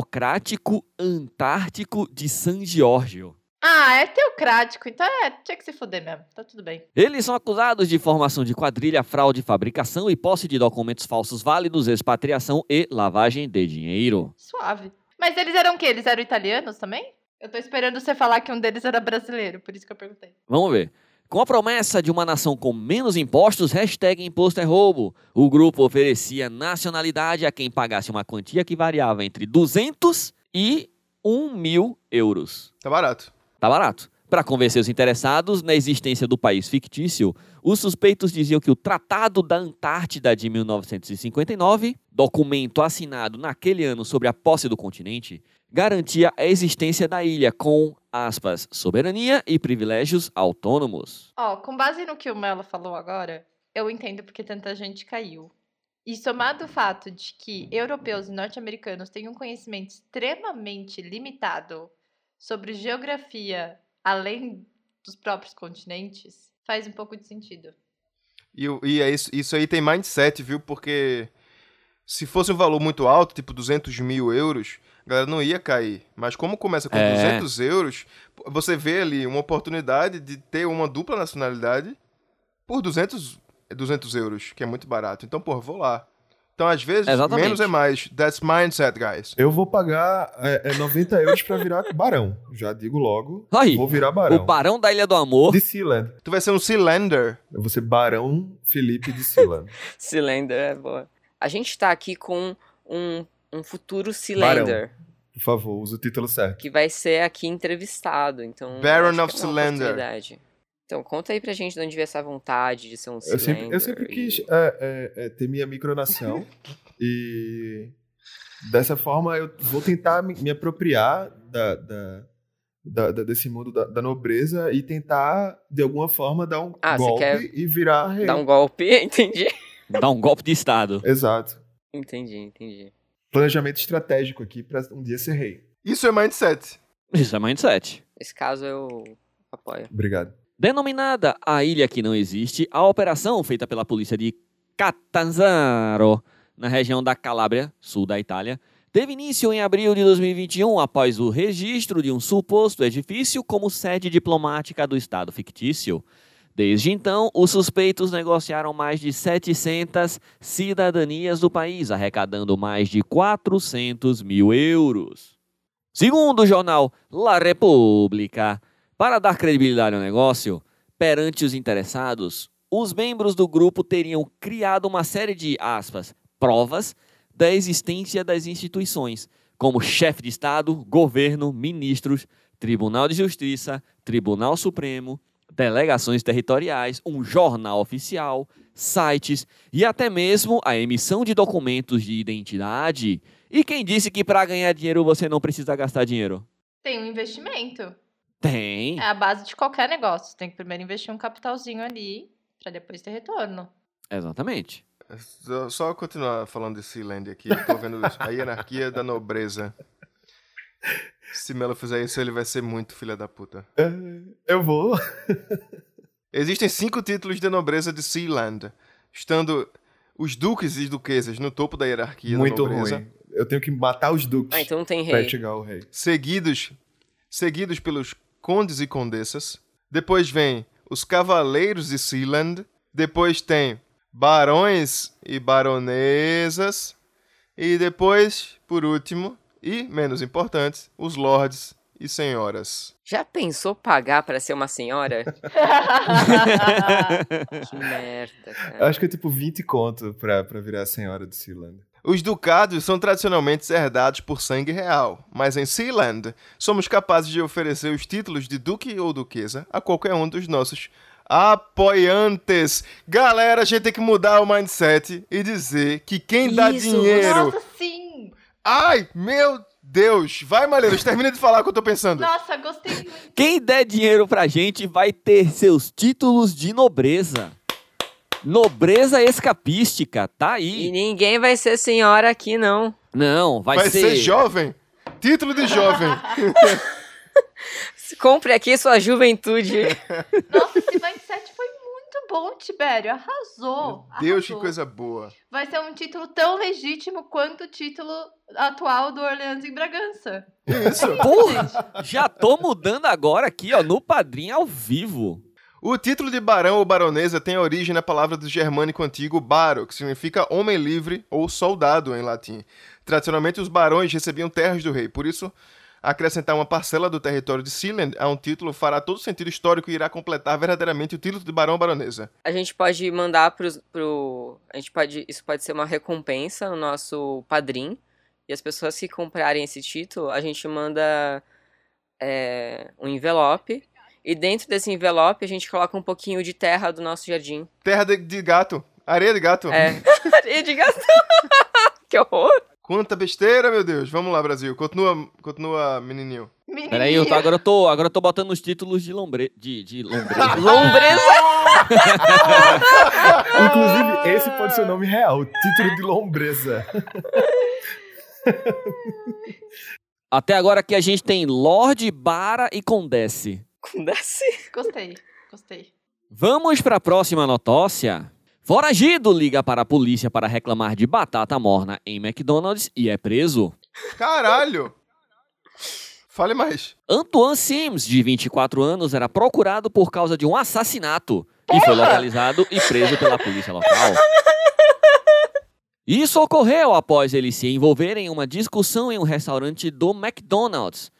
S3: Teocrático Antártico de San Giorgio.
S2: Ah, é teocrático, então é, tinha que se fuder mesmo. Tá tudo bem.
S3: Eles são acusados de formação de quadrilha, fraude, fabricação e posse de documentos falsos válidos, expatriação e lavagem de dinheiro.
S2: Suave. Mas eles eram o quê? Eles eram italianos também? Eu tô esperando você falar que um deles era brasileiro, por isso que eu perguntei.
S3: Vamos ver. Com a promessa de uma nação com menos impostos, hashtag imposto é roubo, o grupo oferecia nacionalidade a quem pagasse uma quantia que variava entre 200 e 1 mil euros.
S1: Tá barato.
S3: Tá barato. Para convencer os interessados na existência do país fictício, os suspeitos diziam que o Tratado da Antártida de 1959, documento assinado naquele ano sobre a posse do continente, garantia a existência da ilha com, aspas, soberania e privilégios autônomos.
S2: Ó, com base no que o Melo falou agora, eu entendo porque tanta gente caiu. E somado o fato de que europeus e norte-americanos têm um conhecimento extremamente limitado sobre geografia além dos próprios continentes, faz um pouco de sentido.
S1: E, o- e é isso, isso aí tem mindset, viu? Porque se fosse um valor muito alto, tipo 200 mil euros, a galera não ia cair. Mas como começa com
S3: É.
S1: 200 euros, você vê ali uma oportunidade de ter uma dupla nacionalidade por 200, 200 euros, que é muito barato. Então, pô, vou lá. Então, às vezes,
S3: Exatamente.
S1: menos é mais. That's mindset, guys.
S5: Eu vou pagar é, é, 90 euros pra virar barão. Já digo logo.
S3: Aí,
S5: Vou virar
S3: o
S5: barão.
S3: Barão da Ilha do Amor,
S5: De Sealand.
S1: Tu vai ser um cylinder.
S5: Eu vou ser barão Felipe de Sealand.
S4: Cylinder é boa. A gente tá aqui com um, um futuro Cylinder,
S5: Por favor, usa o título certo.
S4: que vai ser aqui entrevistado. Então, eu
S1: Baron
S4: acho
S1: of
S4: que é uma
S1: Cylinder.
S4: oportunidade. Então, conta aí pra gente de onde veio essa vontade de ser um
S5: Eu
S4: Cylinder.
S5: sempre, eu sempre
S4: e-
S5: quis é, é, é, ter minha micronação e dessa forma eu vou tentar me, me apropriar da, da- da- da- desse mundo da, da nobreza e tentar, de alguma forma, dar um
S4: Ah, você
S5: golpe
S4: quer
S5: e virar rei.
S4: Dar um golpe, entendi.
S3: dá um golpe de Estado.
S5: Exato.
S4: Entendi, entendi.
S5: Planejamento estratégico aqui pra um dia ser rei.
S1: Isso é mindset.
S3: Isso é mindset.
S4: Esse caso eu apoio.
S5: Obrigado.
S3: Denominada a Ilha que Não Existe, a operação feita pela polícia de Catanzaro, na região da Calábria, sul da Itália, teve início em abril de 2021 após o registro de um suposto edifício como sede diplomática do Estado fictício. Desde então, os suspeitos negociaram mais de 700 cidadanias do país, arrecadando mais de 400 mil euros. Segundo o jornal La Repubblica, para dar credibilidade ao negócio, perante os interessados, os membros do grupo teriam criado uma série de, aspas, provas da existência das instituições, como chefe de Estado, governo, ministros, Tribunal de Justiça, Tribunal Supremo, delegações territoriais, um jornal oficial, sites e até mesmo a emissão de documentos de identidade. E quem disse que para ganhar dinheiro você não precisa gastar dinheiro?
S2: Tem um investimento.
S3: Tem.
S2: É a base de qualquer negócio. Tem que primeiro investir um capitalzinho ali pra depois ter retorno.
S3: Exatamente.
S1: Só- Só continuar falando de Sealand aqui, eu tô vendo isso. a hierarquia da nobreza. Se Melo fizer isso, ele vai ser muito filha da puta.
S5: É, Eu vou.
S1: Existem cinco títulos de nobreza de Sealand, estando os duques e duquesas no topo da hierarquia
S5: Muito
S1: da nobreza,
S5: ruim. Eu tenho que matar os duques
S4: Ah, então não tem
S5: pra
S4: rei.
S5: chegar ao rei.
S1: seguidos seguidos pelos condes e condessas. Depois vem os cavaleiros de Sealand, depois tem barões e baronesas e depois, por último e menos importante, os lords e senhoras.
S4: Já pensou pagar pra ser uma senhora? que merda,
S5: Eu
S4: cara.
S5: acho que é tipo 20 conto pra, pra virar a senhora de Sealand.
S1: Os ducados são tradicionalmente herdados por sangue real, mas em Sealand somos capazes de oferecer os títulos de duque ou duquesa a qualquer um dos nossos apoiantes. Galera, a gente tem que mudar o mindset e dizer que quem dá
S4: Isso,
S1: dinheiro.
S2: Nossa, sim!
S1: Ai, meu Deus! Vai, Malheiros, termina de falar o que eu tô pensando.
S2: Nossa, gostei muito.
S3: Quem der dinheiro pra gente vai ter seus títulos de nobreza. Nobreza escapística, tá
S4: E
S3: aí.
S4: ninguém vai ser senhora aqui, não.
S3: Não, vai,
S1: Vai, ser... jovem. Título de jovem.
S4: Compre aqui sua juventude.
S2: Nossa, esse mindset foi muito bom, Tibério. Arrasou.
S1: Deus, que
S2: arrasou.
S1: coisa boa.
S2: Vai ser um título tão legítimo quanto o título atual do Orleans em Bragança.
S1: Isso.
S3: Porra, já tô mudando agora aqui, ó, no padrinho ao vivo.
S1: O título de barão ou baronesa tem origem na palavra do germânico antigo baro, que significa homem livre ou soldado em latim. Tradicionalmente, os barões recebiam terras do rei, por isso, acrescentar uma parcela do território de Sealand a um título fará todo sentido histórico e irá completar verdadeiramente o título de barão ou baronesa.
S4: A gente pode mandar pros, pro. A gente pode. Isso pode ser uma recompensa no nosso padrim. E as pessoas que comprarem esse título, a gente manda é, um envelope. E dentro desse envelope a gente coloca um pouquinho de terra do nosso jardim.
S1: Terra de, de gato, areia de gato.
S4: É. Areia de gastão. que horror!
S1: Quanta besteira, meu Deus. Vamos lá, Brasil. Continua, continua menininho.
S3: Peraí, eu tô, agora, eu tô, agora eu tô botando os títulos de lombre... De, de lombreza.
S4: Lombreza!
S2: Ah!
S5: Inclusive, esse pode ser o nome real, título de lombreza.
S3: Até agora aqui a gente tem Lorde, Bara e Condesse.
S4: Acontece.
S2: Gostei, gostei.
S3: Vamos pra próxima notócia. Foragido liga para a polícia para reclamar de batata morna em McDonald's e é preso.
S1: Caralho! Fale mais.
S3: Antoine Sims, de 24 anos, era procurado por causa de um assassinato e foi localizado e preso pela polícia local. Isso ocorreu após ele se envolver em uma discussão em um restaurante do McDonald's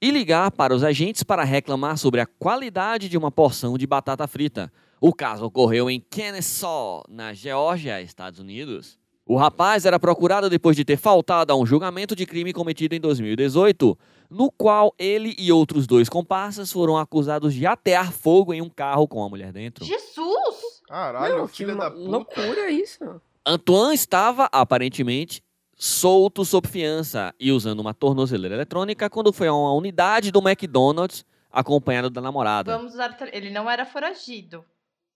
S3: e ligar para os agentes para reclamar sobre a qualidade de uma porção de batata frita. O caso ocorreu em Kennesaw, na Geórgia, Estados Unidos. O rapaz era procurado depois de ter faltado a um julgamento de crime cometido em 2018, no qual ele e outros dois comparsas foram acusados de atear fogo em um carro com a mulher dentro.
S2: Jesus!
S1: Caralho,
S4: Não, que
S1: filha
S4: ma-
S1: da puta.
S4: loucura isso.
S3: Antoine estava, aparentemente, solto sob fiança e usando uma tornozeleira eletrônica quando foi a uma unidade do McDonald's acompanhado da namorada.
S2: Vamos usar. tra- Ele não era foragido.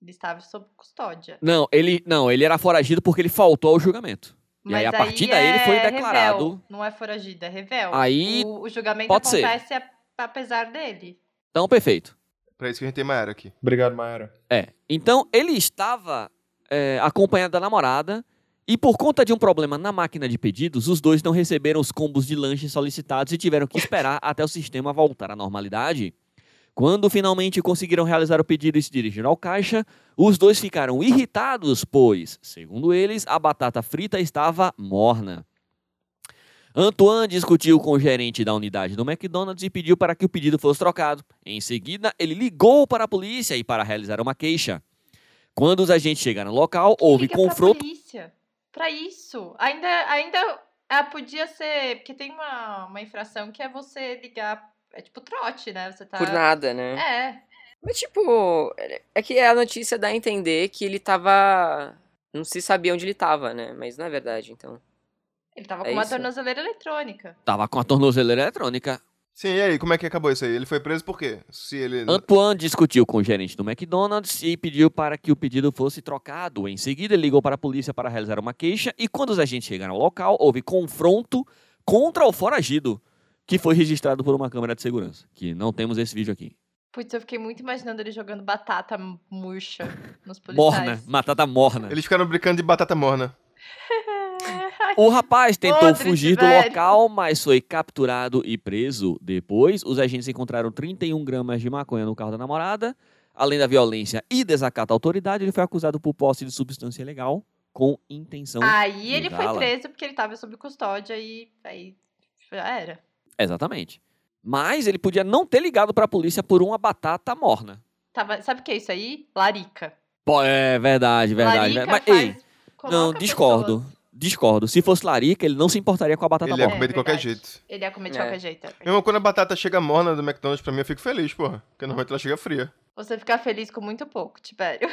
S2: Ele estava sob custódia.
S3: Não, ele não, ele era foragido porque ele faltou ao julgamento. E aí, a partir daí, ele foi
S2: é revel,
S3: declarado-
S2: não é foragido, é revel.
S3: Aí,
S2: O, o julgamento
S3: pode ser.
S2: acontece a- apesar dele.
S3: Então, perfeito.
S1: Pra isso que a gente tem Maera aqui.
S5: Obrigado, Mayara.
S3: É. Então, ele estava é, acompanhado da namorada e por conta de um problema na máquina de pedidos, os dois não receberam os combos de lanche solicitados e tiveram que esperar até o sistema voltar à normalidade. Quando finalmente conseguiram realizar o pedido e se dirigiram ao caixa, os dois ficaram irritados, pois, segundo eles, a batata frita estava morna. Antoine discutiu com o gerente da unidade do McDonald's e pediu para que o pedido fosse trocado. Em seguida, ele ligou para a polícia e para realizar uma queixa. Quando os agentes chegaram no local, houve
S2: Liga é
S3: confronto.
S2: Pra, polícia, pra isso. Ainda, ainda ah, podia ser. Porque tem uma, uma infração que é você ligar. É tipo trote, né? Você tá.
S4: Por nada, né?
S2: É.
S4: Mas, tipo, é que a notícia dá a entender que ele tava. Não se sabia onde ele tava, né? Mas não é verdade, então.
S2: Ele tava
S4: É
S2: com uma
S4: isso.
S2: tornozeleira eletrônica.
S3: Tava com a tornozeleira eletrônica.
S1: Sim, e aí, como é que acabou isso aí? Ele foi preso por quê? Se ele.
S3: Antoine discutiu com o gerente do McDonald's e pediu para que o pedido fosse trocado. Em seguida, ele ligou para a polícia para realizar uma queixa e quando os agentes chegaram ao local, houve confronto contra o foragido, que foi registrado por uma câmera de segurança, que não temos esse vídeo aqui.
S2: Putz, eu fiquei muito imaginando ele jogando batata murcha nos
S3: Morna,
S2: policiais.
S3: matada morna.
S1: Eles ficaram brincando de batata morna.
S3: O rapaz tentou
S2: Podre,
S3: fugir do
S2: velho.
S3: local, mas foi capturado e preso. Depois, os agentes encontraram 31 gramas de maconha no carro da namorada. Além da violência e desacato à autoridade, ele foi acusado por posse de substância ilegal com intenção.
S2: Aí ele foi
S3: Bengala.
S2: preso porque ele tava sob custódia e aí já era.
S3: Exatamente. Mas ele podia não ter ligado pra polícia por uma batata morna.
S2: Tava, sabe o que é isso aí? Larica.
S3: Pô, é verdade, verdade.
S2: Larica
S3: Mas,
S2: faz,
S3: ei,
S2: coloca
S3: não,
S2: pessoas-
S3: discordo. Discordo. Se fosse larica, ele não se importaria com a batata
S1: ele é ia
S3: morna.
S1: comer de qualquer
S2: verdade.
S1: jeito.
S2: Ele ia comer de
S4: É.
S2: qualquer jeito.
S1: Mesmo quando a batata chega morna do McDonald's, pra mim eu fico feliz, porra. Porque normalmente ela chega fria.
S2: Você fica feliz com muito pouco, tipo, Tibério.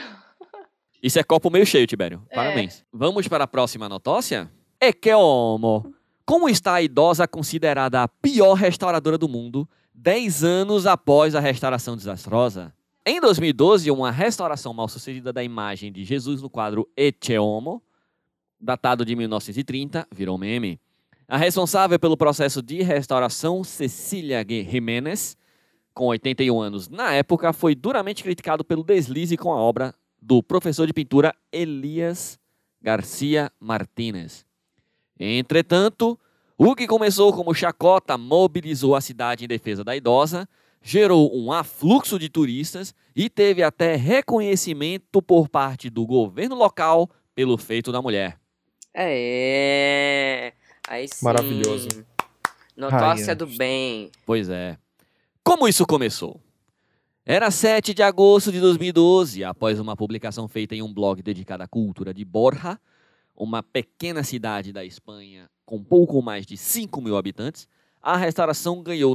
S3: Isso é copo meio cheio, Tibério.
S2: É.
S3: Parabéns. Vamos para a próxima notócia? Ekeomo. Como está a idosa considerada a pior restauradora do mundo 10 anos após a restauração desastrosa? Em 2012, uma restauração mal sucedida da imagem de Jesus no quadro Echeomo, datado de 1930, virou meme. A responsável pelo processo de restauração, Cecília Gui- Jiménez, com 81 anos na época, foi duramente criticado pelo deslize com a obra do professor de pintura Elias Garcia Martínez. Entretanto, o que começou como chacota mobilizou a cidade em defesa da idosa, gerou um afluxo de turistas e teve até reconhecimento por parte do governo local pelo feito da mulher.
S4: É. Aí sim.
S5: Maravilhoso.
S4: Notócia
S5: Rainha.
S4: do bem.
S3: Pois é. Como isso começou? Era 7 de agosto de 2012, após uma publicação feita em um blog dedicado à cultura de Borja, uma pequena cidade da Espanha com pouco mais de 5 mil habitantes, a restauração ganhou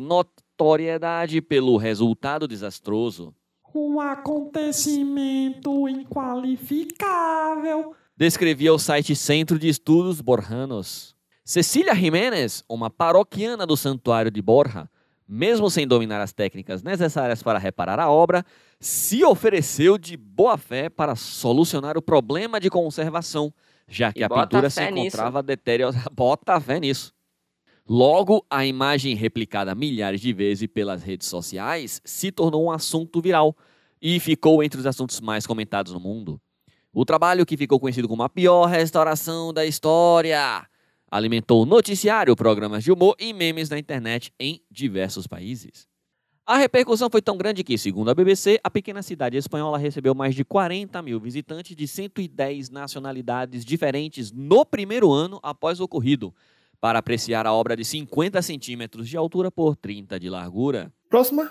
S3: notoriedade pelo resultado desastroso.
S6: um acontecimento inqualificável.
S3: Descrevia o site Centro de Estudos Borjanos. Cecília Jiménez, uma paroquiana do Santuário de Borja, mesmo sem dominar as técnicas necessárias para reparar a obra, se ofereceu de boa fé para solucionar o problema de conservação, já que
S4: E
S3: a
S4: bota
S3: pintura se
S4: fé nisso.
S3: encontrava deteriorada. Bota fé nisso. Logo, a imagem replicada milhares de vezes pelas redes sociais se tornou um assunto viral e ficou entre os assuntos mais comentados no mundo. O trabalho, que ficou conhecido como a pior restauração da história, alimentou noticiário, programas de humor e memes na internet em diversos países. A repercussão foi tão grande que, segundo a BBC, a pequena cidade espanhola recebeu mais de 40 mil visitantes de 110 nacionalidades diferentes no primeiro ano após o ocorrido, para apreciar a obra de 50 centímetros de altura por 30 de largura.
S5: Próxima.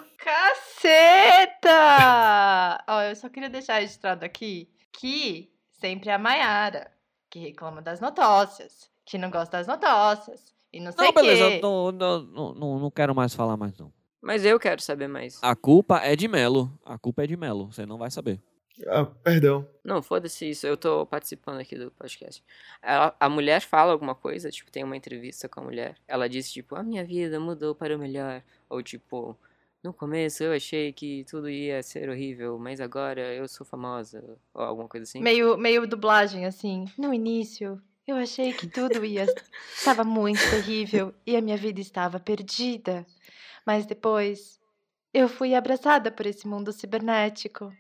S2: Caceta! Ó, eu só queria deixar registrado aqui que sempre é a Maiara, que reclama das notócias, que não gosta das notócias, e não sei
S3: Não,
S2: o quê.
S3: beleza, um não, não, não, não quero mais falar mais não.
S4: Mas eu quero saber mais.
S3: A culpa é de Melo, a culpa é de Melo, você não vai saber.
S5: Ah, perdão.
S4: Não, foda-se isso, eu tô participando aqui do podcast. Ela- a mulher fala alguma coisa, tipo, tem uma entrevista com a mulher. Ela diz, tipo, a minha vida mudou para o melhor. Ou, tipo, no começo eu achei que tudo ia ser horrível, mas agora eu sou famosa. Ou alguma coisa assim.
S2: Meio, meio dublagem, assim. No início, eu achei que tudo ia. estava muito terrível e a minha vida estava perdida. Mas depois, eu fui abraçada por esse mundo cibernético.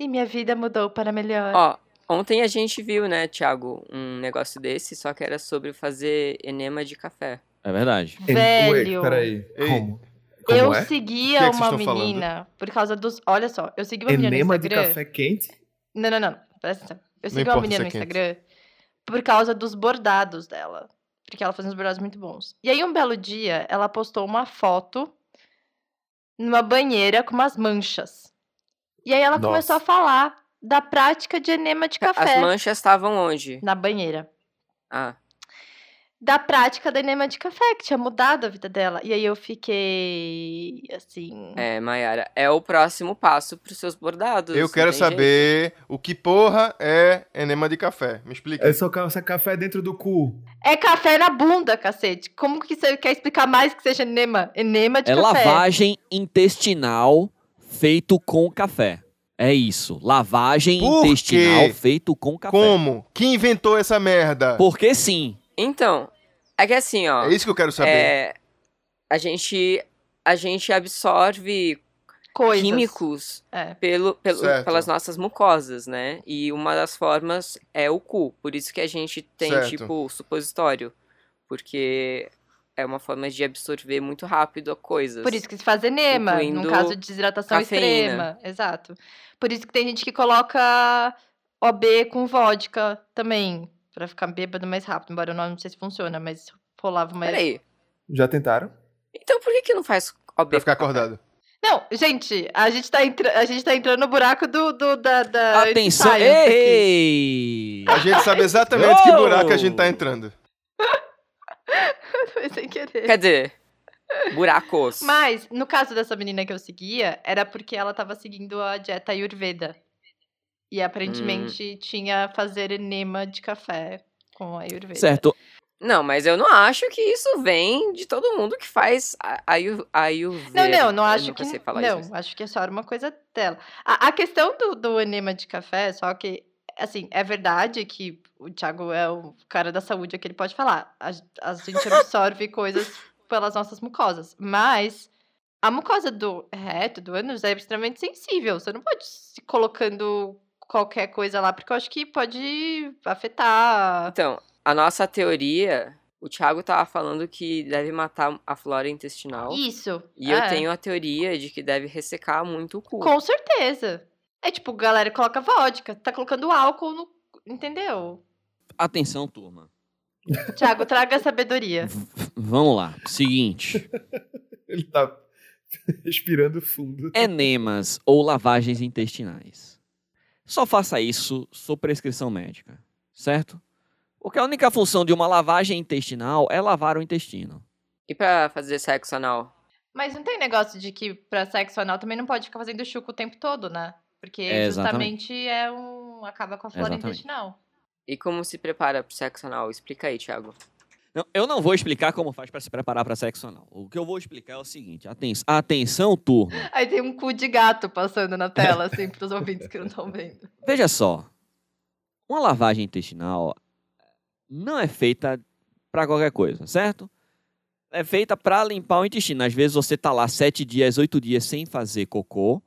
S2: E minha vida mudou para melhor.
S4: Ó, ontem a gente viu, né, Thiago, um negócio desse, só que era sobre fazer enema de café.
S3: É verdade.
S2: Velho.
S5: Wait, peraí.
S1: Ei.
S5: Como? Como
S2: eu
S5: é?
S1: O que
S2: seguia
S1: é que
S2: uma
S1: vocês estão falando? É
S2: menina por causa dos. Olha só, eu segui uma menina no
S5: Enema de
S2: Instagram.
S5: café quente?
S2: Não, não, não. Presta atenção.
S1: Não
S2: Eu segui uma
S1: importa
S2: menina no
S1: se é quente.
S2: Instagram por causa dos bordados dela. Porque ela fazia uns bordados muito bons. E aí, um belo dia, ela postou uma foto numa banheira com umas manchas. E aí ela começou a
S5: Nossa.
S2: falar da prática de enema de café
S4: As manchas estavam onde?
S2: na banheira.
S4: Ah,
S2: Da prática da enema de café, que tinha mudado a vida dela. E aí eu fiquei assim.
S4: é, Mayara, é o próximo passo pros seus bordados.
S1: Eu
S4: não
S1: quero
S4: tem
S1: saber o que porra é enema de café. Me explica.
S5: É só ca- essa café dentro do cu.
S2: É café na bunda, cacete. Como que você quer explicar mais que seja enema? Enema de
S3: É
S2: café.
S3: lavagem intestinal feito com café. É isso. Lavagem
S1: Por
S3: intestinal
S1: quê?
S3: feito com café.
S1: Como? Quem inventou essa merda?
S3: Porque sim.
S4: jeito. Então, é que assim, ó.
S1: É isso que eu quero saber.
S4: é, a gente a gente absorve
S2: Coisas.
S4: químicos
S2: É.
S4: pelo, pelo-
S1: Certo.
S4: pelas nossas mucosas, né? E uma das formas é o cu. Por isso que a gente tem,
S1: Certo.
S4: tipo, supositório. Porque é uma forma de absorver muito rápido a coisas.
S2: Por isso que se faz enema,
S4: Incluindo
S2: num caso de desidratação
S4: cafeína.
S2: extrema. Exato. Por isso que tem gente que coloca OB com vodka também, pra ficar bêbado mais rápido. Embora eu não, não sei se funciona, mas rolava mais.
S4: Peraí.
S5: Já tentaram?
S4: Então por que que não faz OB?
S1: Pra ficar acordado.
S2: Não, gente, a gente tá, entra- a gente tá entrando no buraco do, do- da, da
S3: Atenção.
S2: science aqui.
S3: Ei!
S1: A gente sabe exatamente que
S3: Oh!
S1: buraco a gente tá entrando.
S2: Foi sem querer.
S4: Quer dizer, buracos.
S2: Mas, no caso dessa menina que eu seguia, era porque ela tava seguindo a dieta Ayurveda. E aparentemente tinha fazer enema de café com a Ayurveda.
S3: Certo.
S4: Não, mas eu não acho que isso vem de todo mundo que faz a- ayu-
S2: Não,
S4: ayurveda.
S2: não, não
S4: Eu
S2: acho
S4: nunca
S2: que.
S4: sei falar
S2: não,
S4: isso.
S2: acho que é só era uma coisa dela. A, a questão do, do enema de café, só que, assim, é verdade que o Thiago é o cara da saúde, é que ele pode falar. A, a gente absorve coisas pelas nossas mucosas. Mas a mucosa do reto, do ânus, é extremamente sensível. Você não pode se colocando qualquer coisa lá, porque eu acho que pode afetar.
S4: Então, a nossa teoria, o Thiago tava falando que deve matar a flora intestinal.
S2: Isso.
S4: E eu
S2: é.
S4: tenho a teoria de que deve ressecar muito o
S3: Tipo
S4: cu.
S2: Com certeza. É tipo, galera coloca vodka, tá colocando álcool no. Entendeu?
S3: Atenção, turma.
S2: Tiago, traga a sabedoria.
S3: V- Vamos lá. Seguinte.
S5: Ele tá respirando fundo.
S2: É,
S3: Enemas ou lavagens intestinais. Só faça isso sob prescrição médica. Certo? Porque a única função de uma lavagem intestinal é lavar o intestino.
S4: E pra fazer sexo anal?
S2: Mas não tem negócio de que pra sexo anal também não pode ficar fazendo chuco o tempo todo, né? Porque
S3: É, exatamente.
S2: justamente é um. acaba com a flora
S3: Exatamente.
S2: intestinal.
S4: E como se prepara pro sexo anal? Explica aí, Thiago.
S3: Não, eu não vou explicar como faz pra se preparar pra sexo anal. O que eu vou explicar é o seguinte: aten- atenção, turma.
S2: Aí tem um cu de gato passando na tela, assim, pros ouvintes que não estão vendo.
S3: Veja só. Uma lavagem intestinal não é feita pra qualquer coisa, certo? É feita pra limpar o intestino. Às vezes você tá lá sete dias, oito dias sem fazer cocô.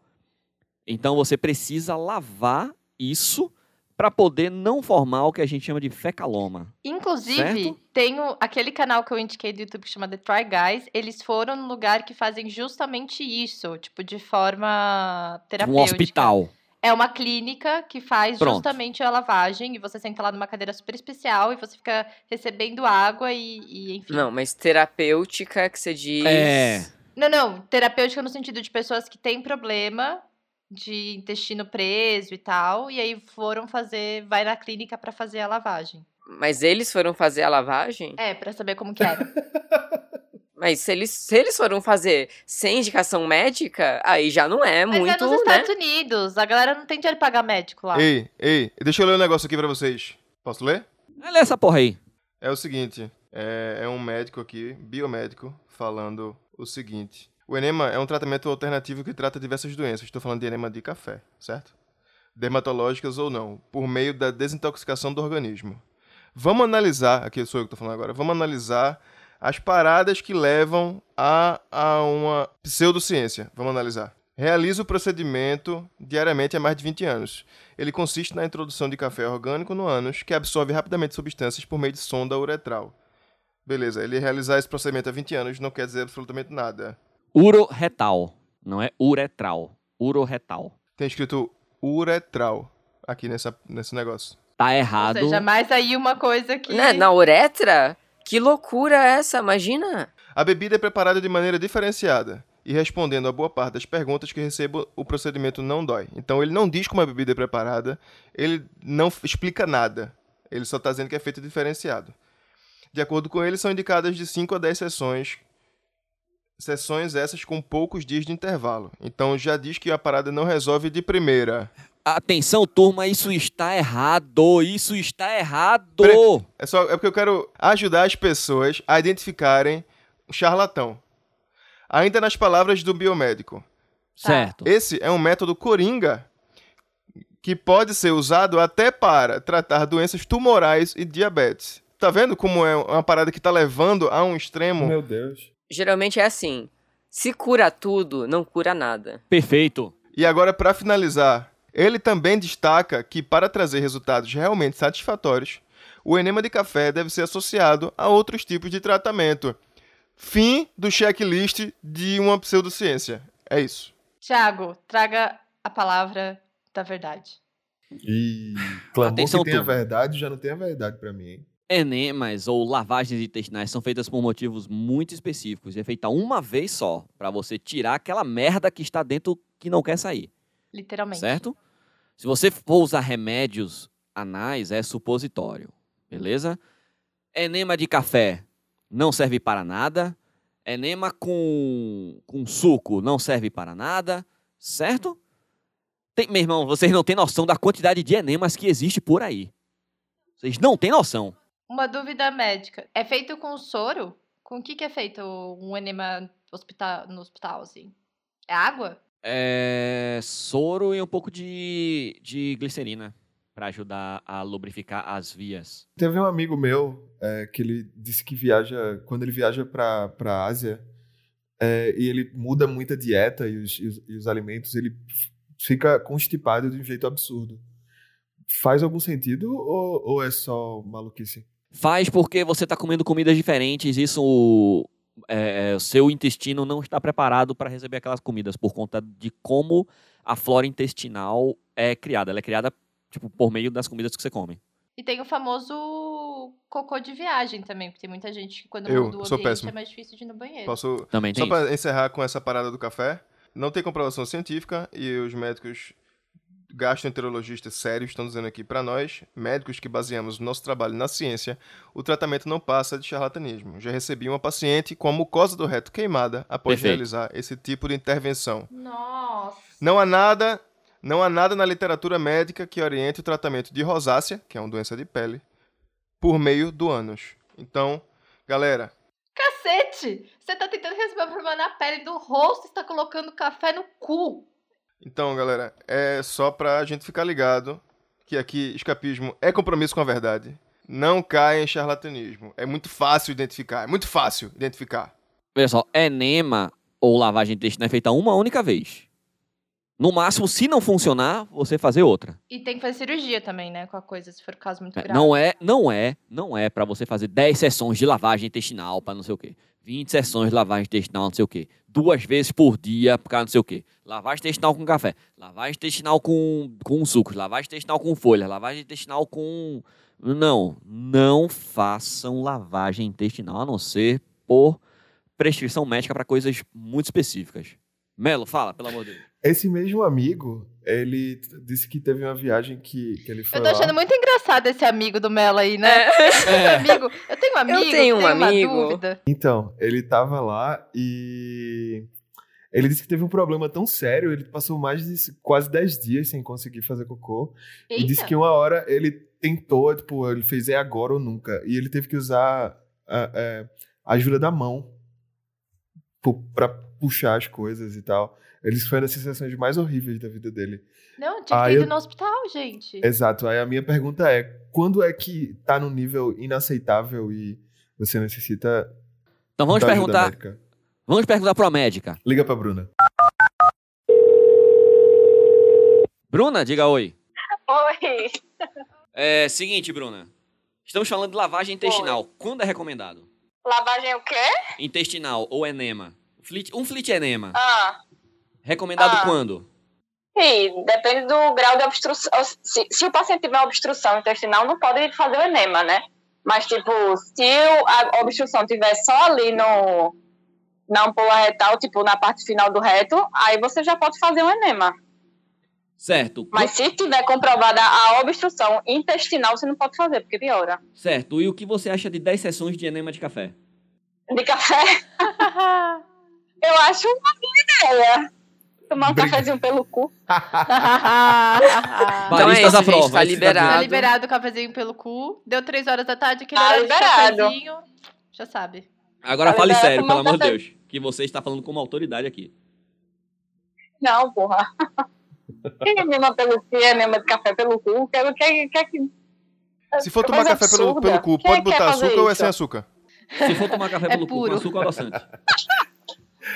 S3: Então você precisa lavar isso pra poder não formar o que a gente chama de um fecaloma.
S2: Inclusive,
S3: Certo?
S2: tem o- aquele canal que eu indiquei do YouTube que chama The Try Guys. Eles foram no lugar que fazem justamente isso, tipo, de forma
S3: um
S2: terapêutica.
S3: hospital.
S2: É uma clínica que faz
S3: Pronto.
S2: justamente a lavagem e você senta lá numa cadeira super especial e você fica recebendo água e, e enfim.
S4: Não, mas terapêutica que você diz.
S3: É.
S2: não, não, terapêutica no sentido de pessoas que têm problema de intestino preso e tal, e aí foram fazer, vai na clínica pra fazer a lavagem.
S4: Mas eles foram fazer a lavagem?
S2: É, pra saber como que era.
S4: Mas se eles, se eles foram fazer sem indicação médica, aí já não é
S2: Mas
S4: muito,
S2: é nos
S4: né?
S2: Estados Unidos, a galera não tem dinheiro pra pagar médico lá.
S1: Ei, ei, deixa eu ler um negócio aqui pra vocês. Posso ler?
S3: Olha essa porra aí.
S1: É o seguinte, é, é um médico aqui, biomédico, falando o seguinte. O enema é um tratamento alternativo que trata diversas doenças. Estou falando de enema de café, certo? Dermatológicas ou não, por meio da desintoxicação do organismo. Vamos analisar, aqui sou eu que estou falando agora, vamos analisar as paradas que levam a, a uma pseudociência. Vamos analisar. Realiza o procedimento diariamente há mais de 20 anos. Ele consiste na introdução de café orgânico no ânus, que absorve rapidamente substâncias por meio de sonda uretral. Beleza, ele realizar esse procedimento há 20 anos não quer dizer absolutamente nada.
S3: Uroretal. Não é uretral. Uroretal.
S1: Tem escrito uretral aqui nessa, nesse negócio.
S3: Tá
S2: Ou
S3: errado.
S2: seja, mais aí uma coisa que.
S4: Né? Na uretra? Que loucura é essa, imagina?
S1: A bebida é preparada de maneira diferenciada. E respondendo a boa parte das perguntas que recebo, o procedimento não dói. Então ele não diz como a bebida é preparada, ele não f- explica nada. Ele só está dizendo que é feito diferenciado. De acordo com ele, são indicadas de 5 a 10 sessões. Sessões essas com poucos dias de intervalo. Então já diz que a parada não resolve de primeira.
S3: Atenção, turma, isso está errado. Isso está errado.
S2: Tá.
S1: Peraí. É só é porque eu quero ajudar as pessoas a identificarem o charlatão. Ainda nas palavras do biomédico.
S3: Certo.
S1: Esse é um método coringa que pode ser usado até para tratar doenças tumorais e diabetes. Tá vendo como é uma parada que tá levando a um extremo?
S5: Meu Deus.
S4: Geralmente é assim. Se cura tudo, não cura nada.
S3: Perfeito.
S1: E agora, para finalizar, ele também destaca que para trazer resultados realmente satisfatórios, o enema de café deve ser associado a outros tipos de tratamento. Fim do checklist de uma pseudociência. É isso.
S2: Tiago, traga a palavra da verdade.
S5: E clamou
S3: Atenção,
S5: que tem a
S3: turma.
S5: verdade, já não tem a verdade pra mim, hein?
S3: Enemas ou lavagens intestinais são feitas por motivos muito específicos. E é feita uma vez só, pra você tirar aquela merda que está dentro que não quer sair.
S2: Literalmente.
S3: Certo? Se você for usar remédios anais, é supositório. Beleza? Enema de café não serve para nada. Enema com, com suco não serve para nada. Certo? Tem, meu irmão, vocês não têm noção da quantidade de enemas que existe por aí. Vocês não têm noção.
S2: Uma dúvida médica. É feito com soro? Com o que, que é feito um enema hospita- no hospital, assim? É água?
S3: É, soro e um pouco de, de glicerina para ajudar a lubrificar as vias.
S5: Teve um amigo meu é, que ele disse que viaja, quando ele viaja pra, pra Ásia, é, e ele muda muito a dieta e os, e os- e os alimentos, ele f- fica constipado de um jeito absurdo. Faz algum sentido ou, ou é só maluquice?
S3: Faz porque você está comendo comidas diferentes, isso é, é, o seu intestino não está preparado para receber aquelas comidas por conta de como a flora intestinal é criada. Ela é criada tipo por meio das comidas que você come.
S2: E tem o famoso cocô de viagem também, porque tem muita gente que quando
S1: Eu
S2: muda o
S1: sou
S2: ambiente
S1: péssimo.
S2: é mais difícil de ir no banheiro.
S1: Posso
S3: Também
S1: só
S3: tem. isso.
S1: para encerrar com essa parada do café? Não tem comprovação científica e os médicos gastroenterologistas sérios estão dizendo aqui para nós, médicos que baseamos o nosso trabalho na ciência, o tratamento não passa de charlatanismo. Já recebi uma paciente com a mucosa do reto queimada após
S3: Perfeito.
S1: realizar esse tipo de intervenção.
S2: Nossa!
S1: Não há nada, não há nada na literatura médica que oriente o tratamento de rosácea, que é uma doença de pele, por meio do ânus. Então, Galera,
S2: Cacete! Você tá tentando resolver o problema na pele do rosto e está colocando café no cu.
S1: então, galera, é só pra gente ficar ligado que aqui escapismo é compromisso com a verdade. Não caia em charlatanismo. É muito fácil identificar. É muito fácil identificar.
S3: Veja só, enema ou lavagem de intestino é feita uma única vez. No máximo, se não funcionar, você fazer outra.
S2: E tem que fazer cirurgia também, né? Com a coisa, se for o caso muito
S3: É,
S2: grave.
S3: não é, não é, não é pra você fazer 10 sessões de lavagem intestinal pra não sei o quê. 20 sessões de lavagem intestinal, não sei o quê. Duas vezes por dia pra não sei o quê. Lavagem intestinal com café, lavagem intestinal com, com sucos, lavagem intestinal com folhas, lavagem intestinal com... Não, não façam lavagem intestinal, a não ser por prescrição médica pra coisas muito específicas. Melo, fala, pelo amor de Deus.
S5: Esse mesmo amigo, ele t- disse que teve uma viagem que, que ele foi
S2: Eu tô
S5: lá.
S2: achando muito engraçado esse amigo do Melo aí, né? Esse amigo, eu tenho um amigo,
S4: É. tenho um amigo.
S2: uma dúvida.
S5: Então, ele tava lá e... Ele disse que teve um problema tão sério, ele passou mais de quase 10 dias sem conseguir fazer cocô. E disse
S2: Eita.
S5: que uma hora ele tentou, tipo, ele fez é agora ou nunca. E ele teve que usar a, é, a ajuda da mão pu- pra puxar as coisas e tal. Eles foram as sensações mais horríveis da vida dele.
S2: Não, tinha que
S5: Ah,
S2: ter
S5: eu- É.
S2: ido no hospital, gente.
S5: Exato. Aí a minha pergunta é: quando é que tá num nível inaceitável e você necessita
S3: Então vamos
S5: da ajuda
S3: perguntar,
S5: médica?
S3: vamos perguntar pra uma médica.
S5: Liga pra Bruna.
S3: Bruna, diga oi.
S7: Oi.
S3: É seguinte, Bruna. Estamos falando de lavagem intestinal. Quando é recomendado?
S7: Lavagem o quê?
S3: Intestinal ou enema? Flit- um flit enema.
S7: Ah,
S3: Recomendado
S7: Ah.
S3: quando?
S7: sim, depende do grau de obstrução. Se, se o paciente tiver obstrução intestinal, não pode fazer o enema, né? Mas, tipo, se o- a obstrução tiver só ali no. Na ampola retal, tipo, na parte final do reto, aí você já pode fazer um enema.
S3: Certo.
S7: Mas se tiver comprovada a obstrução intestinal, você não pode fazer, porque piora.
S3: Certo. E o que você acha de 10 sessões de enema de café?
S7: De café,
S2: Tá
S7: eu acho uma boa ideia. Tomar um
S5: Obrigado.
S7: cafezinho pelo cu.
S2: tá
S4: Então é
S3: Baristas
S4: isso,
S3: à prova,
S4: gente, tá
S3: aí se dá
S4: liberado.
S2: liberado o cafezinho pelo cu. Deu três horas da tarde, aquele
S7: Tá
S2: horário de
S7: liberado.
S2: cafezinho. Já sabe.
S3: Agora
S7: Tá
S3: fale
S7: liberado
S3: sério,
S7: tomar
S3: pelo
S7: um
S3: amor de
S7: café.
S3: Deus. Que você está falando como autoridade aqui.
S7: Não, porra. Quem é mesma pelo cu, é mesma de café pelo cu? Quero que, que, que...
S1: Se for
S7: Que
S1: tomar
S7: coisa
S1: café pelo,
S7: absurda.
S1: pelo cu,
S7: É Quem
S1: pode
S7: quer
S1: botar
S7: fazer
S1: açúcar ou é
S7: isso?
S1: sem açúcar?
S3: Se for tomar café
S2: É
S3: pelo cu com
S2: puro.
S3: açúcar ou adoçante.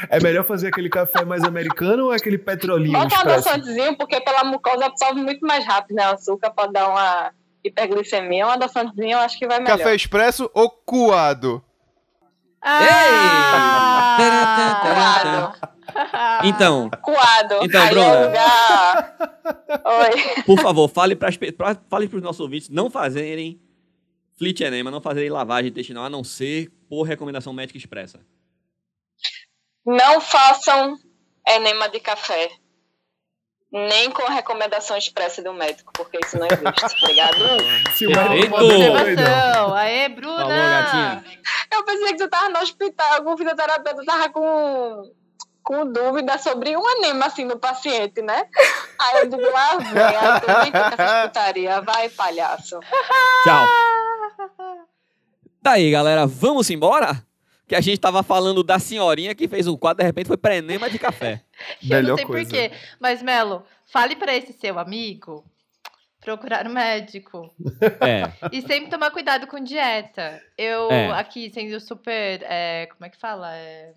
S5: É melhor fazer aquele café mais americano ou aquele petrolinho
S7: Bota um
S5: expresso?
S7: adoçantezinho, porque pela mucosa absorve muito mais rápido, né? O açúcar pode dar uma hiperglicemia. Um adoçantezinho eu acho que vai melhor.
S1: Café expresso ou coado?
S2: Ah!
S3: Então,
S7: Coado.
S3: Então,
S7: Aí
S3: Bruna.
S7: é o lugar. Oi.
S3: por favor, fale para fale os nossos ouvintes não fazerem flit enema, não fazerem lavagem intestinal, a não ser por recomendação médica expressa.
S7: Não façam enema de café. Nem com recomendação expressa do médico, porque isso não existe, tá obrigado?
S5: Se o médico
S3: Perfeito.
S5: mandou, não foi, não.
S2: Observação. Aê, Bruna!
S3: Falou, gatinha.
S7: Eu pensei que tu tava no hospital, algum fisioterapeuta tava com, com dúvida sobre um enema assim no paciente, né? Aí eu digo, lá vem, aí tu nem fica com essa putaria, vai palhaço.
S3: Tchau. Daí, galera, vamos embora? Que a gente tava falando da senhorinha que fez um quadro, de repente foi pra enema de café.
S2: Eu não
S5: Melhor
S2: sei
S5: coisa.
S2: porquê. Mas, Melo, fale pra esse seu amigo procurar um médico.
S3: É.
S2: E sempre tomar cuidado com dieta. Eu,
S3: É.
S2: aqui, sendo super. é, como é que fala? É,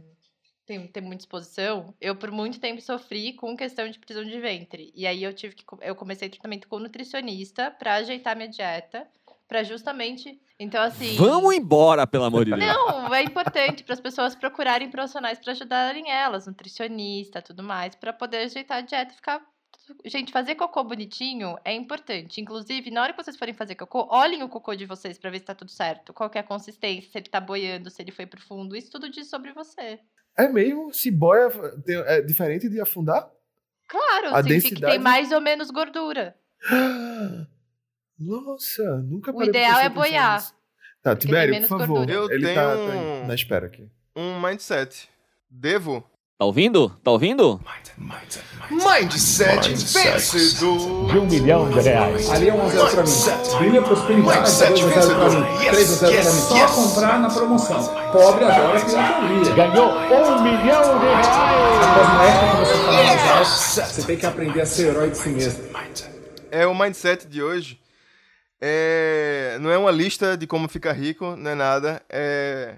S2: tem, tem muita exposição. Eu, por muito tempo, sofri com questão de prisão de ventre. E aí eu tive que. co- Eu comecei tratamento com nutricionista pra ajeitar minha dieta. Pra justamente. Então, assim.
S3: Vamos embora, pelo amor de Deus.
S2: Não, é importante para as pessoas procurarem profissionais para ajudarem elas, nutricionista, tudo mais, para poder ajeitar a dieta e ficar. Gente, fazer cocô bonitinho é importante. Inclusive, na hora que vocês forem fazer cocô, olhem o cocô de vocês para ver se tá tudo certo. Qual que é a consistência, se ele tá boiando, se ele foi pro fundo. Isso tudo diz sobre você.
S5: É mesmo? Se boia tem- é diferente de afundar?
S2: Claro,
S5: A
S2: significa que tem
S5: densidade-
S2: mais ou menos gordura.
S5: Nossa, nunca
S2: O
S5: parei pra
S2: ideal
S5: prestar
S2: é
S5: atenção
S2: boiar.
S5: nisso. Tá,
S2: tem
S5: Tibério, por
S2: menos
S5: favor. tá
S2: gordura.
S1: Eu
S5: Ele
S1: tenho
S5: tá,
S1: um-
S5: tá na espera aqui.
S1: Um mindset. Devo
S3: Tá ouvindo? Tá ouvindo?
S1: Mindset vencedor.
S8: de um milhão de reais.
S9: Ali é 1 a 0 pra mim. Brilha prosperidade,
S1: Mindset
S9: 2 a 0 pra mim.
S1: vencedor.
S9: 3 a 0 pra mim.
S1: Yes,
S9: Só
S1: yes,
S9: comprar na promoção. Pobre adora pirataria.
S8: Ganhou um milhão de reais.
S9: Mas não é quando você fala mais alto. Você tem que aprender a ser herói de si mesmo.
S1: É o mindset de hoje. É, não é uma lista de como ficar rico, não é nada. É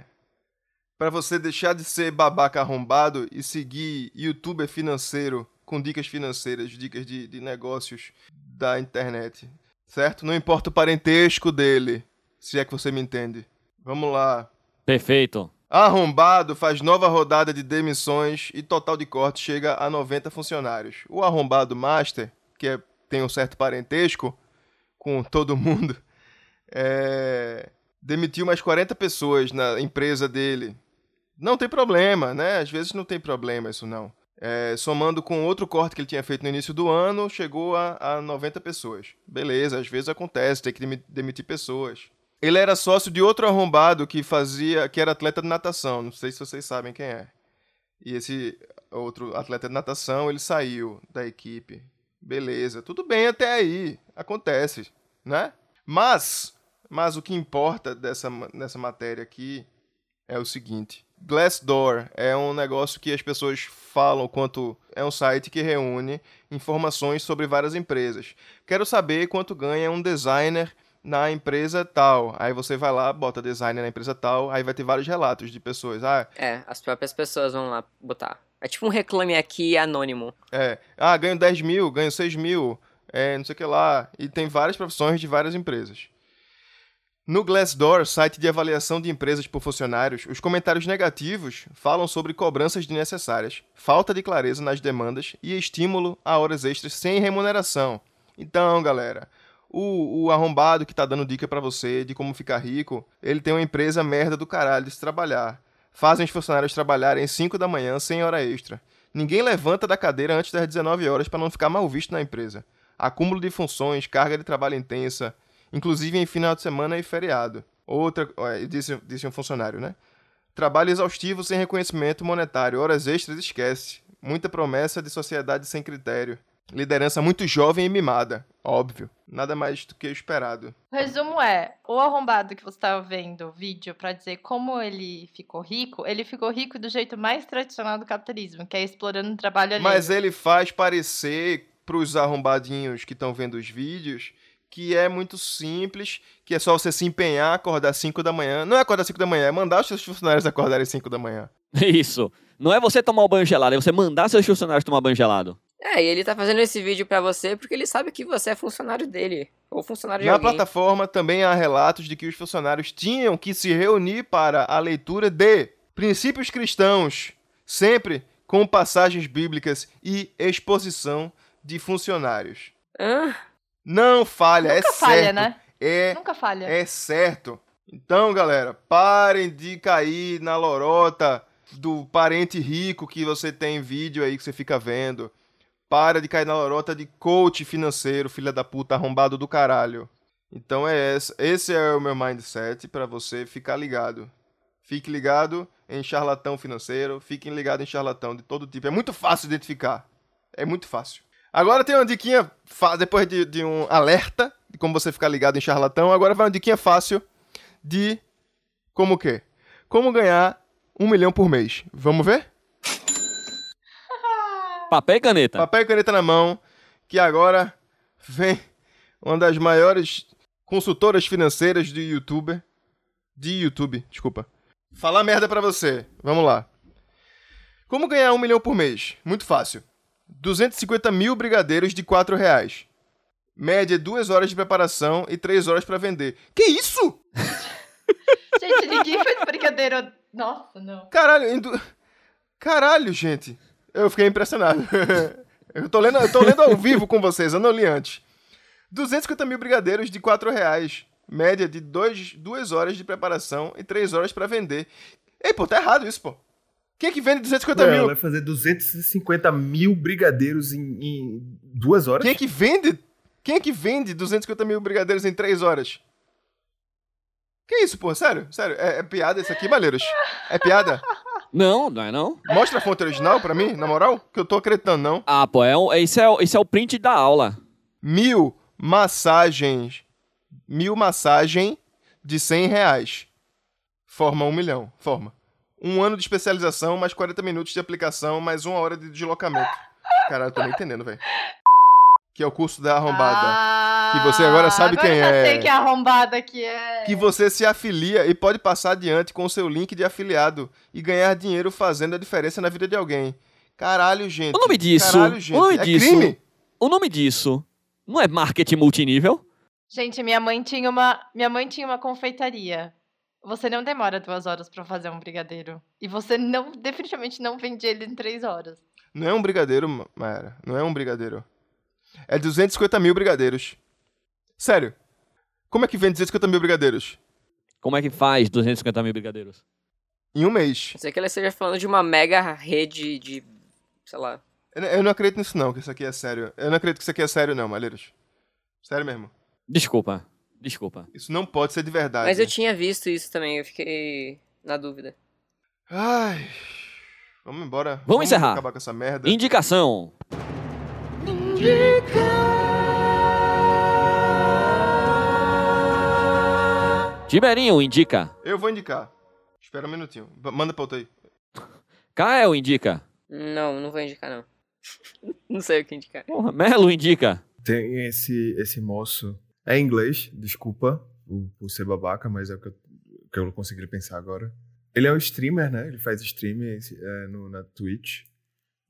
S1: para você deixar de ser babaca arrombado e seguir youtuber financeiro com dicas financeiras, dicas de, de negócios da internet, certo? Não importa o parentesco dele, se é que você me entende. Vamos lá.
S3: Perfeito.
S1: Arrombado faz nova rodada de demissões e total de corte chega a 90 funcionários. O arrombado master, que é- tem um certo parentesco com todo mundo, é, demitiu mais 40 pessoas na empresa dele. Não tem problema, né? Às vezes não tem problema isso não. É, somando com outro corte que ele tinha feito no início do ano, chegou a, a 90 pessoas. Beleza, às vezes acontece, tem que demi- demitir pessoas. Ele era sócio de outro arrombado que fazia, que era atleta de natação. Não sei se vocês sabem quem é. E esse outro atleta de natação, ele saiu da equipe. Beleza, tudo bem até aí, acontece, né? Mas, mas o que importa dessa ma- nessa matéria aqui é o seguinte: Glassdoor é um negócio que as pessoas falam quanto é um site que reúne informações sobre várias empresas. Quero saber quanto ganha um designer na empresa tal. Aí você vai lá, bota designer na empresa tal, aí vai ter vários relatos de pessoas. Ah,
S4: É, as próprias pessoas vão lá botar. É tipo um reclame aqui anônimo.
S1: é, ah, ganho 10 mil, ganho 6 mil, é, não sei o que lá. E tem várias profissões de várias empresas. No Glassdoor, site de avaliação de empresas por funcionários, os comentários negativos falam sobre cobranças desnecessárias, falta de clareza nas demandas e estímulo a horas extras sem remuneração. Então, galera, o, o arrombado que tá dando dica pra você de como ficar rico, ele tem uma empresa merda do caralho de se trabalhar. Fazem os funcionários trabalharem 5 da manhã sem hora extra. Ninguém levanta da cadeira antes das 19 horas para não ficar mal visto na empresa. Acúmulo de funções, carga de trabalho intensa, inclusive em final de semana e feriado. Outra, ó, disse, disse um funcionário, né? Trabalho exaustivo sem reconhecimento monetário, horas extras esquece. Muita promessa de sociedade sem critério. Liderança muito jovem e mimada, óbvio. Nada mais do que esperado.
S2: O resumo é, o arrombado que você tava vendo o vídeo pra dizer como ele ficou rico, ele ficou rico do jeito mais tradicional do capitalismo, que é explorando o trabalho ali.
S1: Mas ele faz parecer pros arrombadinhos que estão vendo os vídeos que é muito simples, que é só você se empenhar, acordar 5 da manhã. Não é acordar 5 da manhã, é mandar os seus funcionários acordarem 5 da manhã.
S3: Isso. Não é você tomar o banho gelado, é você mandar seus funcionários tomar banho gelado.
S4: É, e ele tá fazendo esse vídeo pra você porque ele sabe que você é funcionário dele. Ou funcionário de
S1: Na
S4: alguém.
S1: plataforma também há relatos de que os funcionários tinham que se reunir para a leitura de princípios cristãos, sempre com passagens bíblicas e exposição de funcionários.
S4: Hã?
S1: Não falha, é
S2: Nunca
S1: certo.
S2: falha, né?
S1: É
S2: Nunca falha.
S1: É certo. Então, galera, parem de cair na lorota do parente rico que você tem em vídeo aí que você fica vendo. Para de cair na lorota de coach financeiro, filha da puta arrombado do caralho. Então é essa, esse é o meu mindset para você ficar ligado. Fique ligado em charlatão financeiro, fiquem ligados em charlatão de todo tipo. É muito fácil identificar. É muito fácil. Agora tem uma diquinha, fa- depois de, de um alerta, de como você ficar ligado em charlatão, agora vai uma diquinha fácil de como o quê? Como ganhar um milhão por mês. Vamos ver?
S3: Papel e caneta.
S1: Papel e caneta na mão, que agora vem uma das maiores consultoras financeiras de youtuber. De YouTube, desculpa. Falar merda pra você. Vamos lá. Como ganhar um milhão por mês? Muito fácil. 250 mil brigadeiros de 4 reais. Média 2 horas de preparação e 3 horas pra vender. Que isso?
S2: Gente, ninguém fez brincadeira. Nossa, não.
S1: Caralho, indu- Caralho, gente. Eu fiquei impressionado. eu, tô lendo, eu tô lendo ao vivo com vocês, eu não li antes. 250 mil brigadeiros de 4 reais. Média de 2 horas de preparação e 3 horas pra vender. Ei, pô, tá errado isso, pô. Quem é que vende 250
S5: Não,
S1: mil?
S5: ela vai fazer 250 mil brigadeiros em, em duas horas.
S1: Quem é que vende? Quem é que vende 250 mil brigadeiros em 3 horas? Que isso, pô? Sério? Sério? É, é piada isso aqui, Malheiros? É piada?
S3: Não, não é não.
S1: Mostra a fonte original pra mim, na moral, que eu tô acreditando, não.
S3: Ah, pô, é um, esse, é, o- esse é o print da aula.
S1: Mil massagens. Mil massagem de 100 reais. Forma um milhão. Forma. Um ano de especialização, mais 40 minutos de aplicação, mais uma hora de deslocamento. Caralho, eu tô nem entendendo, velho. Que é o curso da arrombada.
S2: Ah,
S1: Que você agora sabe
S2: agora
S1: quem
S2: eu já
S1: é.
S2: sei que arrombada que é.
S1: Que você se afilia e pode passar adiante com o seu link de afiliado e ganhar dinheiro fazendo a diferença na vida de alguém. Caralho, gente.
S3: O nome disso-
S1: Caralho, gente.
S3: o nome
S1: é
S3: disso-
S1: crime?
S3: O nome disso não é marketing multinível?
S2: Gente, minha mãe tinha uma, minha mãe tinha uma confeitaria. Você não demora duas horas pra fazer um brigadeiro. E você não, definitivamente não vende ele em três horas.
S1: Não é um brigadeiro, Ma- Mayara. Não é um brigadeiro. É 250 mil brigadeiros. Sério. Como é que vende 250 mil brigadeiros?
S3: Como é que faz 250 mil brigadeiros?
S1: Em um mês.
S4: Não sei que ela esteja falando de uma mega rede de. sei lá.
S1: Eu eu não acredito nisso não, que isso aqui é sério. Eu não acredito que isso aqui é sério não, Malheiros. Sério mesmo.
S3: Desculpa, desculpa.
S1: Isso não pode ser de verdade.
S4: Mas eu tinha visto isso também, eu fiquei na dúvida.
S1: Ai... Vamos embora. Vamos,
S3: encerrar.
S1: acabar com essa merda.
S3: Indicação. Tiberinho indica.
S1: Eu vou indicar. Espera um minutinho. B- Manda pra outra aí.
S3: Kael indica.
S4: Não, não vou indicar, não. não sei o que indicar.
S3: Porra, Melo indica.
S5: Tem esse, esse moço. É em inglês, desculpa por, por ser babaca, mas é o que eu, que eu consegui pensar agora. Ele é um streamer, né? Ele faz streaming é, no, na Twitch.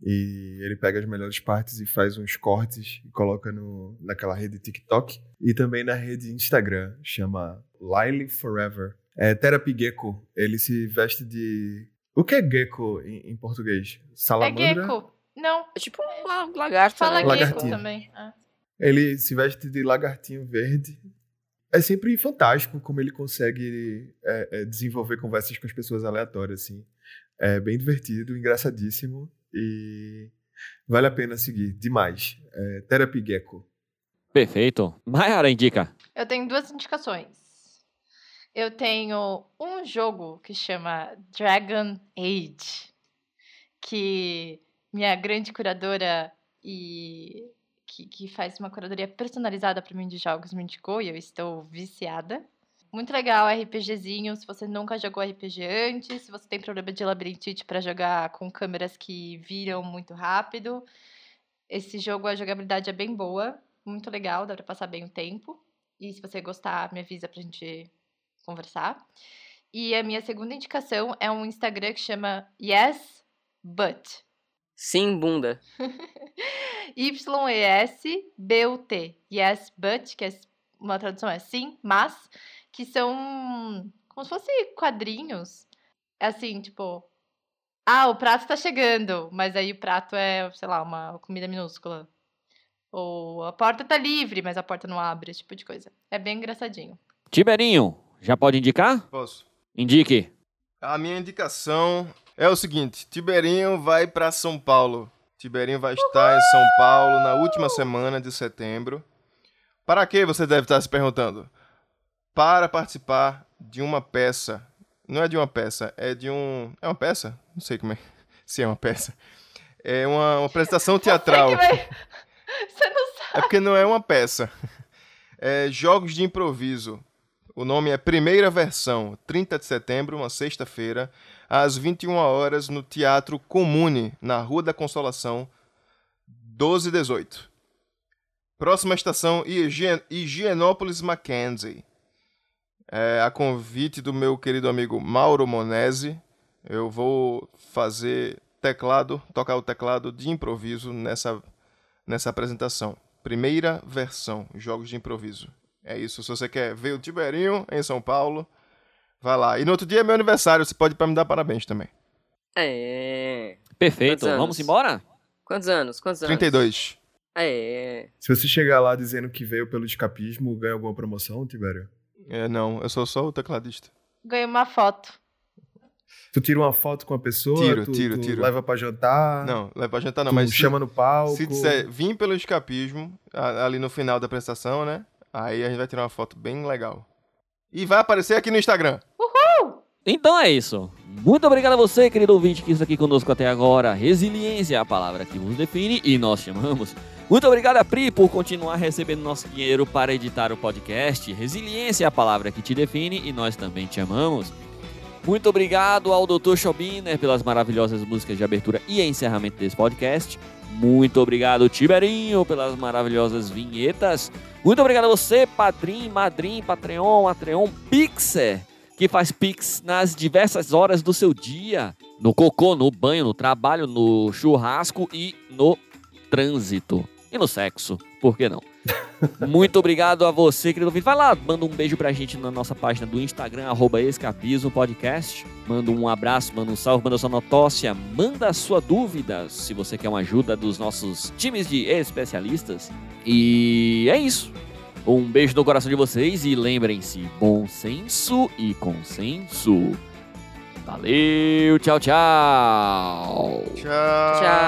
S5: E ele pega as melhores partes e faz uns cortes e coloca no, naquela rede TikTok. E também na rede Instagram, chama Lily Forever. É Therapy Gecko. Ele se veste de. O que é gecko em, em português? Salamandra?
S2: É gecko. Não,
S4: É tipo um la- lagarto.
S2: fala
S4: né?
S2: gecko
S5: Lagartinha.
S2: também. Ah.
S5: Ele se veste de lagartinho verde. É sempre fantástico como ele consegue é, é, desenvolver conversas com as pessoas aleatórias, assim. É bem divertido, engraçadíssimo e vale a pena seguir demais. É, Therapy Gecko.
S3: Perfeito. Mayara indica.
S2: Eu tenho duas indicações. Eu tenho um jogo que chama Dragon Age, que minha grande curadora e que, que faz uma curadoria personalizada para mim de jogos me indicou e eu estou viciada. Muito legal, RPGzinho. Se você nunca jogou RPG antes, se você tem problema de labirintite para jogar com câmeras que viram muito rápido, esse jogo a jogabilidade é bem boa, muito legal, dá para passar bem o tempo. E se você gostar, me avisa pra gente conversar. E a minha segunda indicação é um Instagram que chama Yes But.
S4: Sim, bunda.
S2: Y-E-S-B-U-T. Yes But, que é s- uma tradução é sim, mas, que são como se fossem quadrinhos. É assim, tipo. Ah, o prato tá chegando, mas aí o prato é, sei lá, uma comida minúscula. Ou a porta tá livre, mas a porta não abre, esse tipo de coisa. É bem engraçadinho.
S3: Tiberinho, já pode indicar?
S1: Posso?
S3: Indique.
S1: A minha indicação é o seguinte: Tiberinho vai para São Paulo. Tiberinho vai estar em São Paulo na última semana de setembro. Para que você deve estar se perguntando? Para participar de uma peça. Não é de uma peça, é de um. É uma peça? Não sei como é. Se é uma peça. É uma, uma apresentação teatral.
S2: Você, que vai- Você não
S1: É porque não é uma peça. É Jogos de Improviso. O nome é Primeira Versão, 30 de setembro, uma sexta-feira, às 21 horas no Teatro Comune, na Rua da Consolação, 1218. Próxima estação, Higien- Higienópolis Mackenzie. É, a convite do meu querido amigo Mauro Monese, eu vou fazer teclado, tocar o teclado de improviso nessa, nessa apresentação. Primeira versão, jogos de improviso. É isso, se você quer ver o Tiberinho em São Paulo, vai lá. E no outro dia é meu aniversário, você pode pra me dar parabéns também.
S4: É.
S3: Perfeito.
S4: Quantos anos?
S3: Vamos embora?
S4: Quantos anos? Quantos anos?
S1: 32.
S4: É.
S5: Se você chegar lá dizendo que veio pelo escapismo, ganha alguma promoção, Tibério?
S1: É, não, eu sou só o tecladista.
S2: Ganhei uma foto.
S5: Tu tira uma foto com a pessoa,
S1: Tiro,
S5: tu,
S1: tiro,
S5: tu
S1: tiro.
S5: leva pra jantar,
S1: Não, leva pra jantar não,
S5: tu
S1: mas se-
S5: Ah. chama no palco.
S1: Se disser vim pelo escapismo, a- ali no final da prestação, né? Aí a gente vai tirar uma foto bem legal. E vai aparecer aqui no Instagram.
S3: Então é isso. Muito obrigado a você, querido ouvinte, que está aqui conosco até agora. Resiliência é a palavra que nos define e nós chamamos. Muito obrigado a Pri por continuar recebendo nosso dinheiro para editar o podcast. Resiliência é a palavra que te define e nós também te amamos. Muito obrigado ao Dr. Schobiner pelas maravilhosas músicas de abertura e encerramento desse podcast. Muito obrigado, Tiberinho, pelas maravilhosas vinhetas. Muito obrigado a você, Padrim, Madrim, Patreon, Atreon, Pixer, que faz Pix nas diversas horas do seu dia. No cocô, no banho, no trabalho, no churrasco e no trânsito. E no sexo, por que não? Muito obrigado a você, querido ouvinte. Vai lá, manda um beijo pra gente na nossa página do Instagram, arroba Escapismo Podcast. Manda um abraço, manda um salve, manda sua notócia, manda a sua dúvida, se você quer uma ajuda dos nossos times de especialistas. E é isso. Um beijo no coração de vocês e lembrem-se, bom senso e consenso. Valeu, tchau, tchau.
S1: Tchau. Ah.
S2: Tchau.